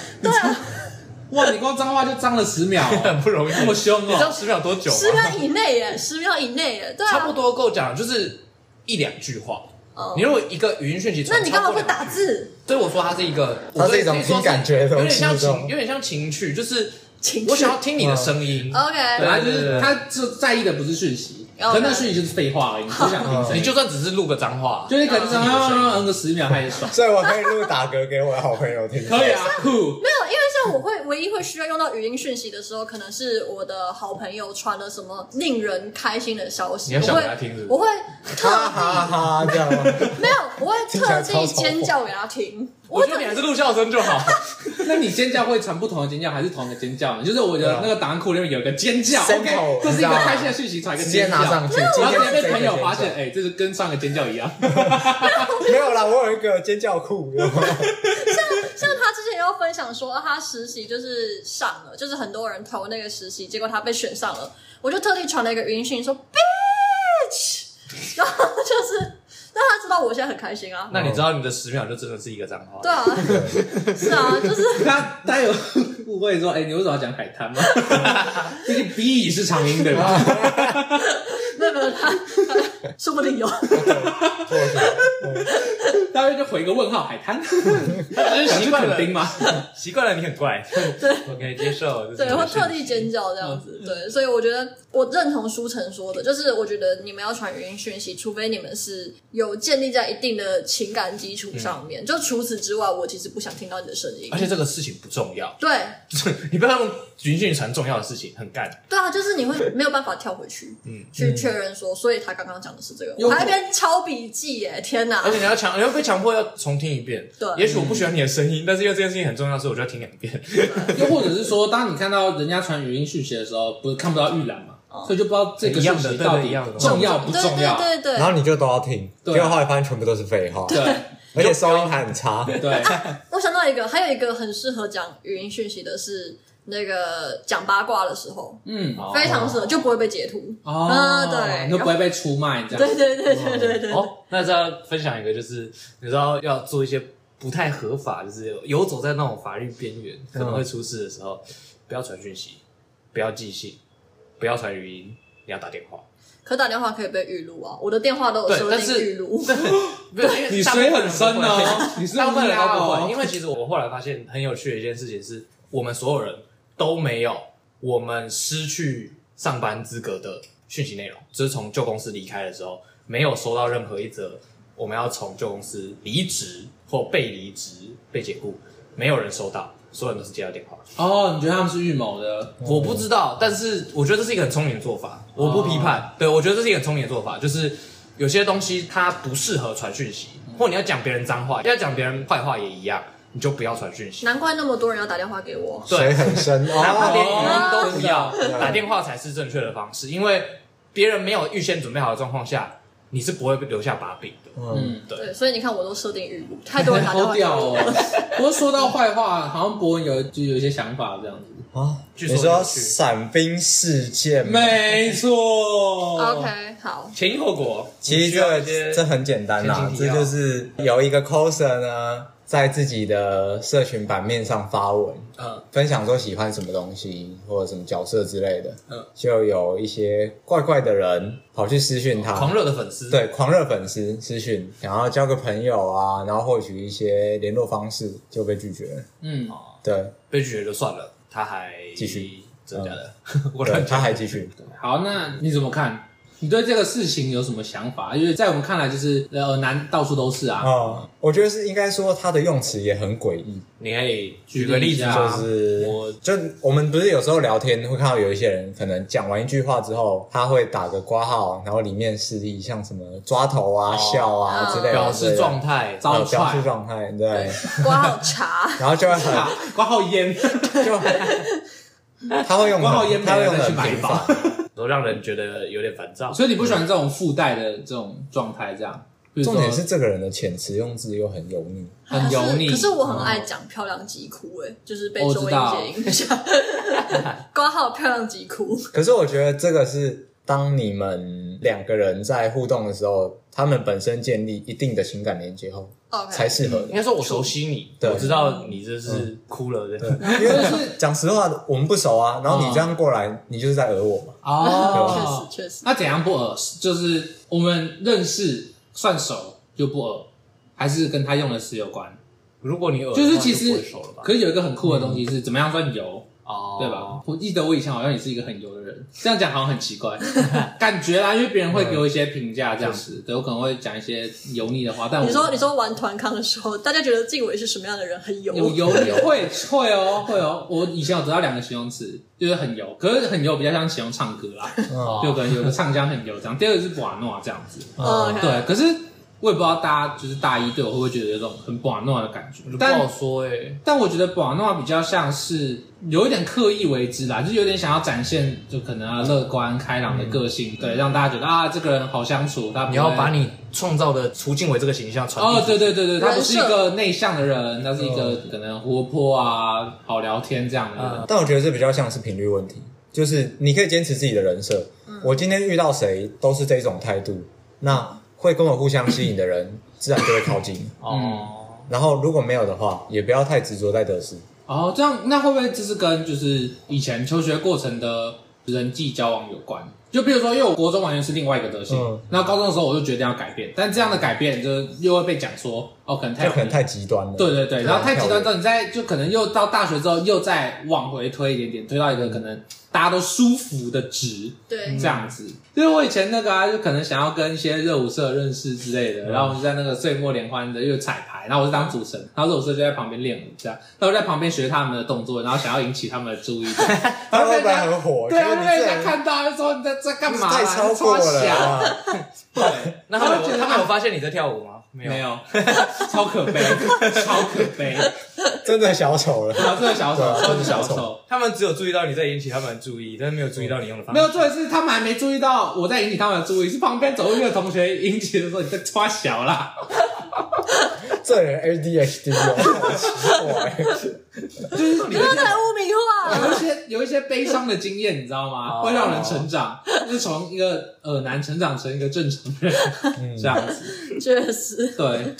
Speaker 1: 哇，你光脏话就脏了十秒
Speaker 2: (laughs)
Speaker 1: 哦，
Speaker 3: (laughs) 很不容易，
Speaker 1: 那么凶
Speaker 3: 你知道
Speaker 1: 哦。
Speaker 3: 十秒多久
Speaker 4: 十
Speaker 3: 吗？
Speaker 4: 秒以内耶，十秒以内耶，对啊，
Speaker 3: 差不多够讲，就是一两句话。
Speaker 4: 哦
Speaker 3: 你如果一个语音讯息，
Speaker 4: 那你干嘛不？打字？
Speaker 3: 所以我说它是一个，
Speaker 2: 它是一种
Speaker 3: 我可以说
Speaker 2: 凭感觉的
Speaker 3: 有
Speaker 2: 东
Speaker 3: 点
Speaker 2: 西
Speaker 3: 像
Speaker 2: 这种
Speaker 3: 情，有点像情趣，就是
Speaker 4: 情趣哦
Speaker 3: 我想要听你的声音，
Speaker 1: 本
Speaker 4: OK，
Speaker 1: 来就是他就在意的不是讯息，
Speaker 4: 哦
Speaker 1: 可那讯息就是废话而已，你不想听谁？
Speaker 3: 你就算只是录个脏话，
Speaker 1: 就是可
Speaker 2: 哦
Speaker 1: 能想要嗯个十秒他也爽，
Speaker 2: 所以我可以录打嗝给我的好朋友听。
Speaker 1: 可以啊， (laughs) 酷。
Speaker 4: 没有，因为像我会唯一会需要用到语音讯息的时候，可能是我的好朋友传了什么令人开心的消息，
Speaker 3: 你要
Speaker 4: 我
Speaker 3: 想给他
Speaker 4: 会
Speaker 3: 听是不
Speaker 4: 我
Speaker 3: 是？
Speaker 4: 会特
Speaker 2: 哈
Speaker 4: 地
Speaker 2: 哈哈，这样吗？
Speaker 4: 没有，我会
Speaker 2: 听起
Speaker 4: 特
Speaker 2: 来超
Speaker 3: (laughs)
Speaker 4: 地尖叫给他听。
Speaker 3: 我觉
Speaker 4: 怎
Speaker 3: 得你
Speaker 4: 么
Speaker 3: 还是录笑声就好。
Speaker 2: 哦
Speaker 1: 那你尖叫会传不同的尖叫，还是同一个尖叫呢？就是我的那个档案库里面有一个尖叫
Speaker 2: Sample，
Speaker 1: ，OK，这是一
Speaker 2: 啊你知
Speaker 1: 个
Speaker 2: 道吗
Speaker 1: 开心的讯息，传一个
Speaker 2: 直接
Speaker 1: 尖叫
Speaker 2: 拿上去。今
Speaker 1: 然后
Speaker 2: 天
Speaker 1: 直接
Speaker 2: 是
Speaker 1: 被朋友发现，
Speaker 2: 这
Speaker 1: 哎、这是跟上个尖叫一样。
Speaker 2: 个尖叫没有啦，我有一个尖叫裤，有没有
Speaker 4: 像他之前要分享说啊他实习就是上了，就是很多人投那个实习，结果他被选上了，我就特地传了一个语音讯说 bitch，然后就是 (laughs) 让他知道我现在很开心啊。
Speaker 3: 那你知道你的十秒就真的是一个脏话？
Speaker 4: 对，啊，是 (laughs) 啊，就是
Speaker 1: 他他有误会说，哎、你为什么要讲海滩
Speaker 3: (laughs)
Speaker 1: 吗？毕竟 B 是长音对吧？
Speaker 4: 那个他， (laughs) 说不定有。
Speaker 1: 大约就回个问号，海滩，
Speaker 3: 他只是习
Speaker 1: 是
Speaker 3: 惯
Speaker 1: 肯
Speaker 2: (laughs)
Speaker 3: 了，
Speaker 1: 定吗？
Speaker 3: 习惯了你很怪，对，我可以接受。这是
Speaker 4: 对，
Speaker 3: 我
Speaker 4: 会
Speaker 3: 的
Speaker 4: 特
Speaker 3: 事
Speaker 4: 地尖叫这样子。对，所以我觉得我认同舒晨说的，就是我觉得你们要传语音讯息，除非你们是有建立在一定的情感基础上面。就除此之外，我其实不想听到你的声音
Speaker 3: 而。且这个事情不重要，
Speaker 4: 对，
Speaker 3: 就是你不要用军训传重要的事情，很干。
Speaker 4: 对啊，就是你会没有办法跳回去，嗯，去确认说，所以他刚刚讲的是这个。
Speaker 1: 有
Speaker 4: 我还在那边抄笔记耶，天哪
Speaker 3: 而！且你要强，你要被强迫要要重听一遍。
Speaker 4: 对
Speaker 3: 也许我不喜欢你的声音，但是因为这件事情很重要，所以我就要听两遍。
Speaker 1: 又或者是说，当你看到人家传语音讯息的时候，不是看不到预览嘛，所以就不知道这个
Speaker 3: 哦一样
Speaker 1: 讯
Speaker 3: 的
Speaker 1: 息
Speaker 3: 对
Speaker 1: 到
Speaker 3: 对
Speaker 1: 底
Speaker 3: 一样的东西
Speaker 1: 重要不
Speaker 4: 对
Speaker 1: 重要。
Speaker 4: 对对
Speaker 2: 然
Speaker 4: 对，
Speaker 2: 后你就都要听，结
Speaker 1: 对
Speaker 2: 果后来发现全部都是废话，
Speaker 1: 对
Speaker 2: 而且收音还很差。
Speaker 1: 对，
Speaker 4: (laughs) 我想到一个，还有一个很适合讲语音讯息的是那个讲八卦的时候，
Speaker 1: 嗯，
Speaker 3: 哦
Speaker 4: 非 (laughs) 常适合，就不会被截图。
Speaker 1: 哦
Speaker 4: 啊，对
Speaker 1: 你都不会被出卖这样。
Speaker 4: 对对对对对对，
Speaker 3: 哦，那再要分享一个，就是你知道要做一些不太合法，就是游走在那种法律边缘可能会出事的时候，
Speaker 4: 嗯
Speaker 3: 不要传讯息，不要寄信，不要传语音，你要打电话。
Speaker 4: 可打电话可以被预录啊，我的电话都有
Speaker 3: 对
Speaker 4: 设
Speaker 3: 但
Speaker 4: 定
Speaker 3: 是
Speaker 4: 预录。
Speaker 3: 没有因为
Speaker 1: 你
Speaker 3: 大部
Speaker 1: 水
Speaker 3: 分人
Speaker 1: 很深
Speaker 3: 都不会 (laughs)
Speaker 1: 哦，你是
Speaker 3: 大部分人都不
Speaker 1: 乌鸦哦
Speaker 3: 会，因为其实我后来发现很有趣的一件事情是，我们所有人都没有我们失去上班资格的讯息内容，就是从旧公司离开的时候，没有收到任何一则我们要从旧公司离职或被离职、被解雇，没有人收到，所有人都是接到电话。
Speaker 1: 哦，你觉得他们是预谋的？
Speaker 3: 我不知道，但是我觉得这是一个很聪明的做法，我不批判。
Speaker 2: 哦
Speaker 3: 对，我觉得这是一个很聪明的做法，就是有些东西它不适合传讯息，
Speaker 2: 嗯
Speaker 3: 或你要讲别人脏话，要讲别人坏话也一样，你就不要传讯息。
Speaker 4: 难怪那么多人要打电话给
Speaker 1: (laughs)
Speaker 4: 我。
Speaker 2: 水很深
Speaker 3: 哪怕连语
Speaker 2: 哦，
Speaker 3: 音都不要，打电话才是正确的方式，因为别人没有预先准备好的状况下，你是不会留下把柄的。
Speaker 2: 嗯，
Speaker 1: 嗯，
Speaker 4: 对，所以你看我都设定预录，太多人打
Speaker 1: (laughs)
Speaker 4: 电
Speaker 1: 好
Speaker 4: 话给
Speaker 1: 屌
Speaker 4: 我。
Speaker 1: 哦。不过说到坏话，好像博文有就有一些想法这样子。
Speaker 2: 啊，
Speaker 3: 据
Speaker 2: 你
Speaker 3: 说
Speaker 2: 说
Speaker 3: 有趣
Speaker 2: 伞兵事件吗？
Speaker 1: 没错
Speaker 4: OK，好，
Speaker 3: 前因后果，
Speaker 2: 其实
Speaker 3: 你需
Speaker 2: 这
Speaker 3: 要一些
Speaker 2: 个这很简单啦
Speaker 3: 前，情提
Speaker 2: 这
Speaker 3: 要
Speaker 2: 就是有一个 coser 呢，在自己的社群版面上发文，
Speaker 3: 嗯
Speaker 2: 分享说喜欢什么东西或者什么角色之类的，
Speaker 3: 嗯
Speaker 2: 就有一些怪怪的人跑去私讯他，
Speaker 3: 哦狂热的粉丝，
Speaker 2: 对狂热粉丝私讯，想要交个朋友啊，然后获取一些联络方式，就被拒绝了。
Speaker 1: 嗯，
Speaker 3: 哦
Speaker 2: 对，
Speaker 3: 被拒绝就算了，他还
Speaker 2: 继续嗯
Speaker 3: 真的假的？ (laughs) 我
Speaker 2: 对
Speaker 3: 乱
Speaker 2: 他
Speaker 3: 讲。
Speaker 2: 还继续，
Speaker 1: 好，那你怎么看？你对这个事情有什么想法？因为在我们看来，就是呃，男到处都是啊。
Speaker 2: 哦，我觉得是应该说他的用词也很诡异，
Speaker 3: 你可以
Speaker 1: 举
Speaker 3: 举
Speaker 1: 个
Speaker 3: 个
Speaker 1: 例
Speaker 3: 例
Speaker 1: 子
Speaker 3: 子
Speaker 1: 啊
Speaker 2: 就
Speaker 3: 吗？
Speaker 2: 是
Speaker 3: 我
Speaker 2: 就我们不是有时候聊天会看到有一些人可能讲完一句话之后，他会打个挂号，然后里面示意像什么抓头啊、
Speaker 3: 哦
Speaker 2: 笑啊
Speaker 4: 嗯
Speaker 2: 之类的，
Speaker 3: 表示状态，
Speaker 1: 糟
Speaker 2: 呃
Speaker 1: 状
Speaker 2: 表
Speaker 1: 态
Speaker 2: 示状态，对，
Speaker 4: 挂号茶，
Speaker 2: 然后就会
Speaker 1: 啊
Speaker 2: 很，
Speaker 1: 挂号
Speaker 2: (laughs)
Speaker 1: 烟，
Speaker 2: 就他会用
Speaker 1: 挂号烟
Speaker 2: 很他会用
Speaker 1: 没
Speaker 2: 的
Speaker 1: 人
Speaker 2: 很
Speaker 1: 再去买
Speaker 2: 频
Speaker 1: 吧
Speaker 2: 繁，
Speaker 3: 都让人觉得有点烦躁。
Speaker 1: 所以你不喜欢这种附带的这种状态，这样。比如说
Speaker 2: 重点是这个人的遣词用字又很油腻，
Speaker 1: (laughs) 很油腻。嗯哦
Speaker 4: 可是可是我很爱讲漂亮极哭，哎，就是被
Speaker 1: 我
Speaker 4: 周
Speaker 1: 知
Speaker 4: 英
Speaker 1: 道
Speaker 4: 杰
Speaker 1: (laughs)
Speaker 4: 影响。挂号漂亮极哭，
Speaker 2: 可是我觉得这个是当你们两个人在互动的时候，他们本身建立一定的情感连接后
Speaker 4: OK
Speaker 2: 才适合的
Speaker 3: 应。该说，我熟悉你，
Speaker 2: 对
Speaker 3: 我知道你这是哭了的。
Speaker 2: 因为讲实话，我们不熟啊，然后你这样过来，你就是在讹我嘛。
Speaker 1: 哦，
Speaker 4: 确实确实
Speaker 1: 那怎样不恶？就是我们认识算熟就不恶，还是跟他用的词有关？
Speaker 3: 如果你耳
Speaker 1: 就
Speaker 3: 的
Speaker 1: 是
Speaker 3: 话
Speaker 1: 其
Speaker 3: 就不
Speaker 1: 实
Speaker 3: 会熟了吧，
Speaker 1: 可是有一个很酷的东西是怎么样算油，
Speaker 3: 哦，
Speaker 1: 对吧？？我记得我以前好像也是一个很油的
Speaker 3: (laughs)
Speaker 1: 人，这样讲好像很奇怪， (laughs) 感觉啦，因为别人会给我一些评价这样
Speaker 3: 嗯
Speaker 1: 子，对我可能会讲一些油腻的话，但我
Speaker 4: 你说你说玩团康的时候，大家觉得静伟是什么样的人？很油，
Speaker 1: 有油腻会会哦会哦，我以前有得到两个形容词，就是很油，可是很油比较像形容唱歌啦，
Speaker 3: 哦
Speaker 2: 嗯，
Speaker 1: 就可能有个唱腔很油这样，第二个是瓦诺这样子，
Speaker 4: 嗯，OK
Speaker 1: 对，可是我也不知道大家就是大一对我会不会觉得有种很瓦诺的感觉
Speaker 3: 我就，不好
Speaker 1: 但
Speaker 3: 说哎。
Speaker 1: 但我觉得瓦诺比较像是有一点刻意为之啦，就是有点想要展现就可能啊乐观开朗的个性，对，让大家觉得啊这个人好相处，他不会
Speaker 3: 嗯你要把你创造的涂静伟这个形象传递
Speaker 1: 哦，
Speaker 3: 出去。
Speaker 1: 对对对对，他不是一
Speaker 4: 人设
Speaker 1: 个内向的人，他是一
Speaker 3: 哦
Speaker 1: 个可能活泼啊、好聊天这样的
Speaker 3: 嗯
Speaker 1: 人。
Speaker 2: 但我觉得这比较像是频率问题，就是你可以坚持自己的人设。
Speaker 1: 嗯
Speaker 2: 我今天遇到谁都是这种态度，那会跟我互相吸引
Speaker 1: (laughs)
Speaker 2: 的人，自然就会靠近。
Speaker 3: 哦，
Speaker 2: 然后如果没有的话，也不要太执着在得失。
Speaker 1: 哦，这样那会不会这是跟就是以前求学过程的人际交往有关？就比如说，因为我国中完全是另外一个德性，
Speaker 2: 嗯
Speaker 1: 然后高中的时候我就决定要改变，但这样的改变就是又会被讲说，哦，可能太
Speaker 2: 就可能太极端了。
Speaker 1: 对对对，然后太极端之
Speaker 2: 跳
Speaker 1: 后，你再就可能又到大学之后又再往回推一点点，推到一个可
Speaker 2: 嗯
Speaker 1: 能大家都舒服的值，
Speaker 4: 对 (laughs)
Speaker 1: 这样子。就是我以前那个啊，就可能想要跟一些热舞社认识之类
Speaker 2: 嗯
Speaker 1: 的，然后我们就在那个岁末联欢的又彩排，然后我是当主持人，然后热舞社就在旁边练舞，这样，然后我在旁边学他们的动作，然后想要引起他们的注意，然
Speaker 2: (laughs) 他
Speaker 1: 后
Speaker 2: 会
Speaker 1: 被人
Speaker 2: 不会
Speaker 1: 家
Speaker 2: 很火？
Speaker 1: 对啊，
Speaker 2: 觉得
Speaker 1: 被人
Speaker 2: 你这
Speaker 1: 家
Speaker 2: 人
Speaker 1: 看到就说你在在干嘛啦？
Speaker 2: 太超过
Speaker 1: 你在
Speaker 2: 了
Speaker 1: 冲啊小。
Speaker 2: 啊。
Speaker 1: 对，
Speaker 3: 那他
Speaker 1: 我
Speaker 2: (laughs)
Speaker 3: 们
Speaker 1: 觉
Speaker 3: 有
Speaker 1: 得
Speaker 3: 他们有发现你在跳舞吗？
Speaker 1: (laughs)
Speaker 3: 没
Speaker 1: 没有， (laughs) 超可悲，超可悲，
Speaker 2: 真的小丑了。 (laughs)
Speaker 1: 啊，这个小
Speaker 2: 对
Speaker 1: 丑，
Speaker 2: 啊
Speaker 1: 超级小
Speaker 2: 真的小
Speaker 1: 丑。
Speaker 3: 他们只有注意到你在引起他们的注意，但是没有注意到你用的方
Speaker 4: 啊
Speaker 1: 没
Speaker 3: 式。
Speaker 1: 有，重点是他们还没注意到我在引起他们的注意，是旁边走路的同学引起的时候，你在抓小啦。
Speaker 2: 这人 ADHD 哦，很奇
Speaker 1: 就是你
Speaker 4: 不要再污名
Speaker 1: (laughs)
Speaker 4: 化
Speaker 1: 有一些有一些悲伤的经验，你知道吗？
Speaker 4: 啊
Speaker 3: 哦
Speaker 1: 会让人成长，就是从一个耳男成长成一个正常人
Speaker 2: 怪。嗯
Speaker 1: 这，样子。
Speaker 4: 确实，
Speaker 1: 对，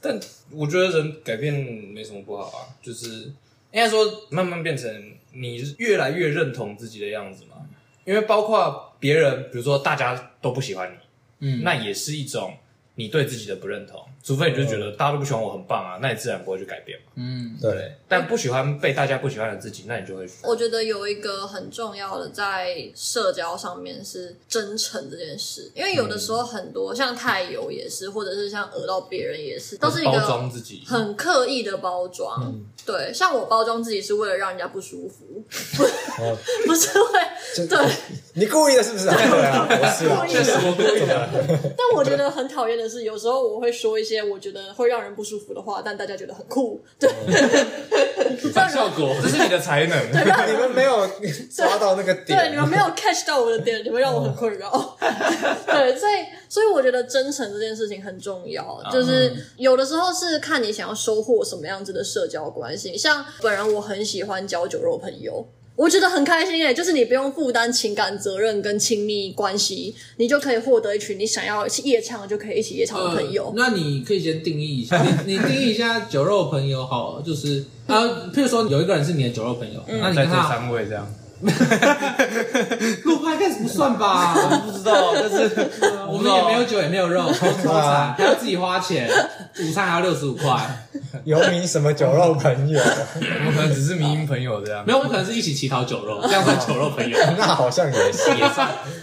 Speaker 3: 但我觉得人改变没什么不好啊，就是应该说慢慢变成你越来越认同自己的样子嘛。因为包括别人，比如说大家都不喜欢你，
Speaker 1: 嗯，
Speaker 3: 那也是一种你对自己的不认同。除非你就觉得大家都不喜欢我很棒啊，那你自然不会去改变嘛。
Speaker 1: 嗯
Speaker 2: 对，
Speaker 3: 但不喜欢被大家不喜欢的自己，那你就会
Speaker 4: 我觉得有一个很重要的在社交上面是真诚这件事，因为有的时
Speaker 3: 嗯
Speaker 4: 候很多、像太油也是，或者是像讹到别人也是，都是一
Speaker 3: 包
Speaker 4: 个
Speaker 3: 装自己。嗯
Speaker 4: 很刻意的包装。 (laughs) 对，像我包装自己是为了让人家不舒服，
Speaker 2: 哦，
Speaker 4: (laughs) 不是为
Speaker 2: 真
Speaker 3: 哦
Speaker 4: 对。
Speaker 2: 你故意的是不是啊？对啊，我是啊
Speaker 4: 故意
Speaker 3: 确实我啊故意 (laughs) 的，
Speaker 4: 但我觉得很讨厌的是，有时候我会说一些我觉得会让人不舒服的话，但大家觉得很酷。对，
Speaker 1: 反效果。
Speaker 3: 这是你的才能。
Speaker 2: 你们没有抓到那个点，
Speaker 4: 对，你们没有 catch 到我的点，你们让我很困扰。 (laughs) 对，所以所以我觉得真诚这件事情很重要，就是有的时候是看你想要收获什么样子的社交关系。像本人我很喜欢交酒肉朋友。我觉得很开心诶、欸就是你不用负担情感责任跟亲密关系，你就可以获得一群你想要夜唱就可以一起夜唱的朋友。
Speaker 1: 那你可以先定义一下，你你定义一下酒肉朋友好了，就是啊，譬如说有一个人是你的酒肉朋友，
Speaker 4: 嗯
Speaker 1: 那你
Speaker 3: 在
Speaker 1: 跟
Speaker 3: 座
Speaker 1: 他哎
Speaker 3: 三位这样，
Speaker 1: 录 podcast 不算吧？
Speaker 3: 不知道，啊但是
Speaker 1: 我们也啊没有酒也没有 (laughs) 肉，超惨，还要自己花钱，午餐还要六十五块。
Speaker 2: 游民什么酒肉朋友，(laughs)
Speaker 3: (laughs) 我们可能只是迷音朋友这样
Speaker 1: 没。有，我们可能是一起乞讨酒肉，这样算酒肉朋友。
Speaker 2: 那好像也是。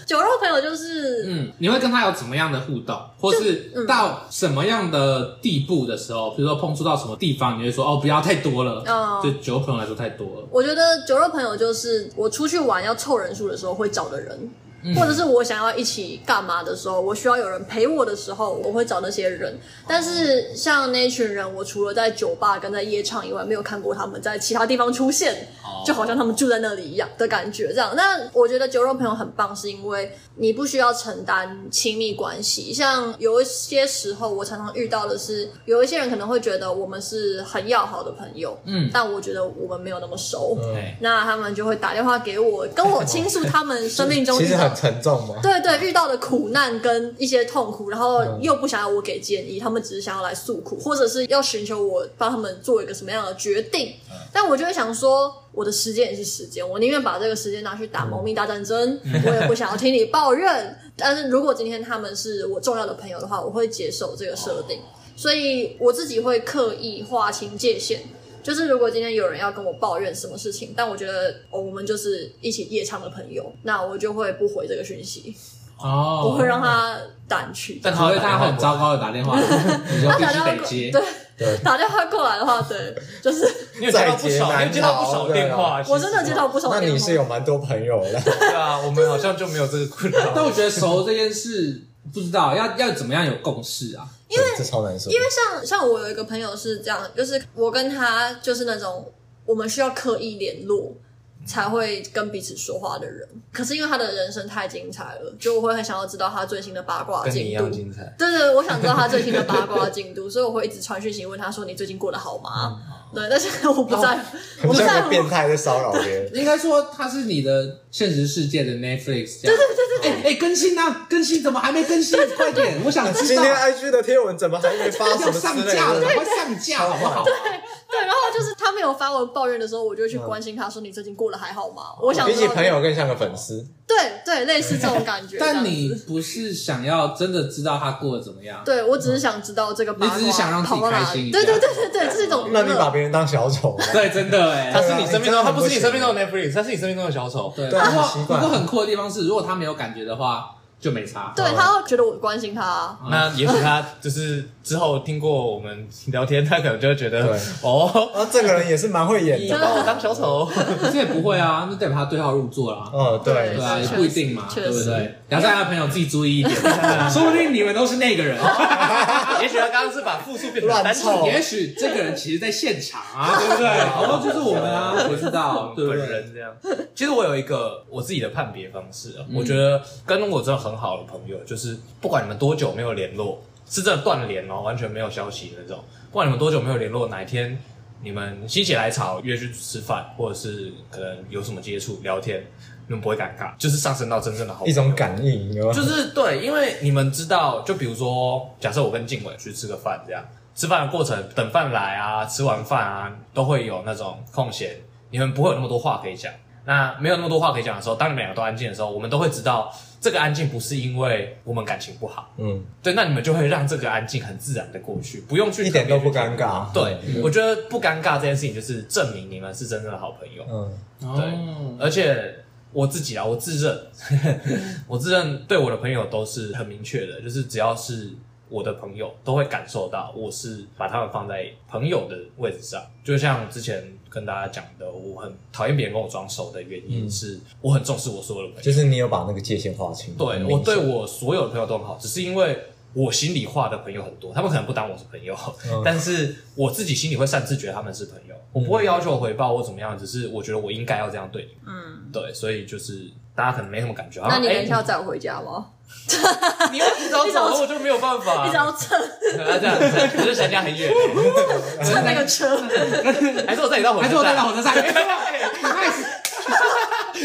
Speaker 4: 酒肉朋友就是，
Speaker 1: 嗯，你会跟他有怎么样的互动，或
Speaker 4: 嗯
Speaker 1: 是到什么样的地步的时候，比如说碰触到什么地方，你会说哦，不要太多了，
Speaker 4: 哦
Speaker 1: 对酒朋友来说太多了。
Speaker 4: 我觉得酒肉朋友就是我出去玩要凑人数的时候会找的人，或者是我想要一起干嘛的时候，我需要有人陪我的时候，我会找那些人。但是像那群人，我除了在酒吧跟在夜唱以外，没有看过他们在其他地方出现，
Speaker 2: 哦
Speaker 4: 就好像他们住在那里一样的感觉。这样，那我觉得酒肉朋友很棒，是因为你不需要承担亲密关系。像有一些时候，我常常遇到的是，有一些人可能会觉得我们是很要好的朋友，
Speaker 1: 嗯
Speaker 4: 但我觉得我们没有那么熟。
Speaker 2: 嗯
Speaker 1: 哎，
Speaker 4: 那他们就会打电话给我，跟我倾诉他们生命中
Speaker 2: 其
Speaker 4: 遇
Speaker 2: 实
Speaker 4: 到
Speaker 2: 很沉重嘛。
Speaker 4: 对对遇到的苦难跟一些痛苦，然后又不想要我给建议，他们只是想要来诉苦，或者是要寻求我帮他们做一个什么样的决定。但我就会想说，我的时间也是时间，我宁愿把这个时间拿去打猫咪大战争，我也不想要听你抱怨。但是如果今天他们是我重要的朋友的话，我会接受这个设定，所以我自己会刻意划清界限。就是如果今天有人要跟我抱怨什么事情，但我觉得、哦、我们就是一起夜唱的朋友，那我就会不回这个讯息，
Speaker 1: 哦，
Speaker 4: 我会让他掸去。
Speaker 1: 但除非他很糟糕的打电话，你就
Speaker 4: 他
Speaker 1: 必
Speaker 4: 打
Speaker 1: 须
Speaker 4: 电话
Speaker 1: 得
Speaker 4: 过，
Speaker 1: 接。
Speaker 4: 对，
Speaker 2: 对，
Speaker 4: 打电话过来的话，对， (laughs) 就是
Speaker 3: 你有接到不少，你有接到不少电话。
Speaker 4: 我真的接到不少
Speaker 2: 那
Speaker 4: 电
Speaker 2: 你
Speaker 4: 话
Speaker 2: 是。有蛮多朋友的，
Speaker 3: 啊对啊，我们好像就没有这个困
Speaker 1: 但
Speaker 3: 扰。
Speaker 1: 我觉得熟这件事，不知道要要怎么样有共识啊？
Speaker 2: 因为这超难说。因为
Speaker 4: 像像我有一个朋友是这样，就是我跟他就是那种我们需要刻意联络才会跟彼此说话的人，可是因为他的人生太精彩了，就我会很想要知道他最新的八卦
Speaker 3: 跟你一
Speaker 4: 进度
Speaker 3: 样。精彩，
Speaker 4: 对对，我想知道他最新的八卦进度，所以我会一直传讯息问他说：“你最近过得好吗？”对，但是我不在乎，
Speaker 2: 很
Speaker 4: 不在
Speaker 2: 像个
Speaker 4: 乎。
Speaker 2: 变态在骚扰别人。
Speaker 1: 应该说他是你的现实世界的 Netflix 这样。对对对对，哎，更新啊，更新怎么还没更新？快点，我想知
Speaker 2: 今
Speaker 1: 道。
Speaker 2: 天 IG 的贴文怎么还没发什
Speaker 1: 要
Speaker 2: 么
Speaker 1: 上
Speaker 2: 之类
Speaker 1: 架了，
Speaker 2: 的？
Speaker 1: 快上架好不好？
Speaker 4: 对，然后就是他没有发文抱怨的时候，我就会去
Speaker 1: 嗯
Speaker 4: 关心他说：“你最近过得还好吗？”我想
Speaker 2: 比起
Speaker 4: 知道
Speaker 2: 朋，友更像个粉丝，
Speaker 4: 嗯对对，类似这种感
Speaker 1: (laughs)
Speaker 4: 觉。这
Speaker 1: 但
Speaker 4: 样
Speaker 1: 你
Speaker 4: 子
Speaker 1: 不是想要真的知道他过得怎么样？
Speaker 4: 对我只是想知道这个八卦
Speaker 1: 你只是想让自己
Speaker 4: 跑到哪里
Speaker 1: 开心一下
Speaker 4: 对对对对对，这是一种娱
Speaker 2: 那你把
Speaker 4: 乐。
Speaker 2: 别人当小丑吗？
Speaker 4: (laughs)
Speaker 1: 对，真的哎、
Speaker 3: 他是你生命中，他不是你生命中的 Netflix，他是你生命中的小丑。
Speaker 1: 对，
Speaker 2: 对啊
Speaker 1: 不过
Speaker 2: 很奇怪
Speaker 1: 不过很酷的地方是，如果他没有感觉的话，就没差。哦
Speaker 4: 对他会觉得我关心他啊、
Speaker 3: 那也许他就是之后听过我们聊天，他可能就会觉得
Speaker 2: 对
Speaker 3: 哦，
Speaker 2: 啊，这个人也是蛮会演
Speaker 3: 你
Speaker 2: 的。
Speaker 4: (laughs)
Speaker 3: 把我当小丑， (laughs)
Speaker 1: 这也不会啊，那代表他对号入座啦。
Speaker 2: 哦，对
Speaker 1: 对，啊，也
Speaker 4: 确实
Speaker 1: 不一定嘛，
Speaker 4: 确
Speaker 1: 对
Speaker 4: 实
Speaker 1: 不对？梁山的朋友自己注意一点，说不定你们都是那个人。
Speaker 3: 也许他刚刚是把复数变成
Speaker 2: 乱
Speaker 3: 单
Speaker 2: 凑
Speaker 3: 数，
Speaker 1: 也许这个人其实在现场 (laughs) 啊，对不对？好多就是我们啊，谁知道，对不
Speaker 3: 本
Speaker 1: 对？
Speaker 3: 人这样。其实我有一个我自己的判别方式啊，我觉得跟我真的很好的朋友，就是不管你们多久没有联络，是真的断联哦，完全没有消息的那种。不管你们多久没有联络，哪一天你们心血来潮约去吃饭，或者是可能有什么接触聊天，你们不会尴尬，就是上升到真正的好朋友
Speaker 2: 一种感应，
Speaker 3: (laughs)
Speaker 2: 有没有
Speaker 3: 就是对，因为你们知道，就比如说，假设我跟静伟去吃个饭，这样吃饭的过程，等饭来啊，吃完饭啊，都会有那种空闲，你们不会有那么多话可以讲。那没有那么多话可以讲的时候，当你们两个都安静的时候，我们都会知道这个安静不是因为我们感情不好，
Speaker 2: 嗯，
Speaker 3: (laughs) 对，那你们就会让这个安静很自然的过去，不用去
Speaker 2: 一点都不尴尬。
Speaker 3: 尬。对，我觉得不尴尬这件事情就是证明你们是真正的好朋友。
Speaker 2: 嗯，
Speaker 1: 哦，
Speaker 3: 而且我自己啊，我自认， (laughs) 我自认对我的朋友都是很明确的，就是只要是我的朋友，都会感受到我是把他们放在朋友的位置上。就像之前跟大家讲的，我很讨厌别人跟我装熟的原因是，我很重视我所有的朋友，
Speaker 2: 就是你有把那个界限划清。
Speaker 3: 对
Speaker 2: 很
Speaker 3: 我
Speaker 2: 明
Speaker 3: 对
Speaker 2: 显
Speaker 3: 我所有的朋友都很好，只是因为。我心里话的朋友很多，他们可能不当我是朋友，
Speaker 2: 嗯
Speaker 3: (laughs) 但是我自己心里会擅自觉得他们是朋友，我
Speaker 1: 嗯
Speaker 3: 不会要求回报或怎么样，只是我觉得我应该要这样对你们
Speaker 4: 嗯，
Speaker 3: 对，所以就是大家可能没什么感觉。
Speaker 4: 那你
Speaker 3: 哎
Speaker 4: 等一下要载我回家吗？
Speaker 3: 你要一早走，我就没有办法。
Speaker 4: 你只要
Speaker 1: (laughs)
Speaker 4: 蹭
Speaker 3: (laughs) 啊这样，可是人家很远，
Speaker 4: 蹭那个车，
Speaker 3: (laughs)
Speaker 1: (laughs)
Speaker 3: 还是我带你到火
Speaker 1: 还
Speaker 3: 车站？啊
Speaker 1: 是我带到火车站。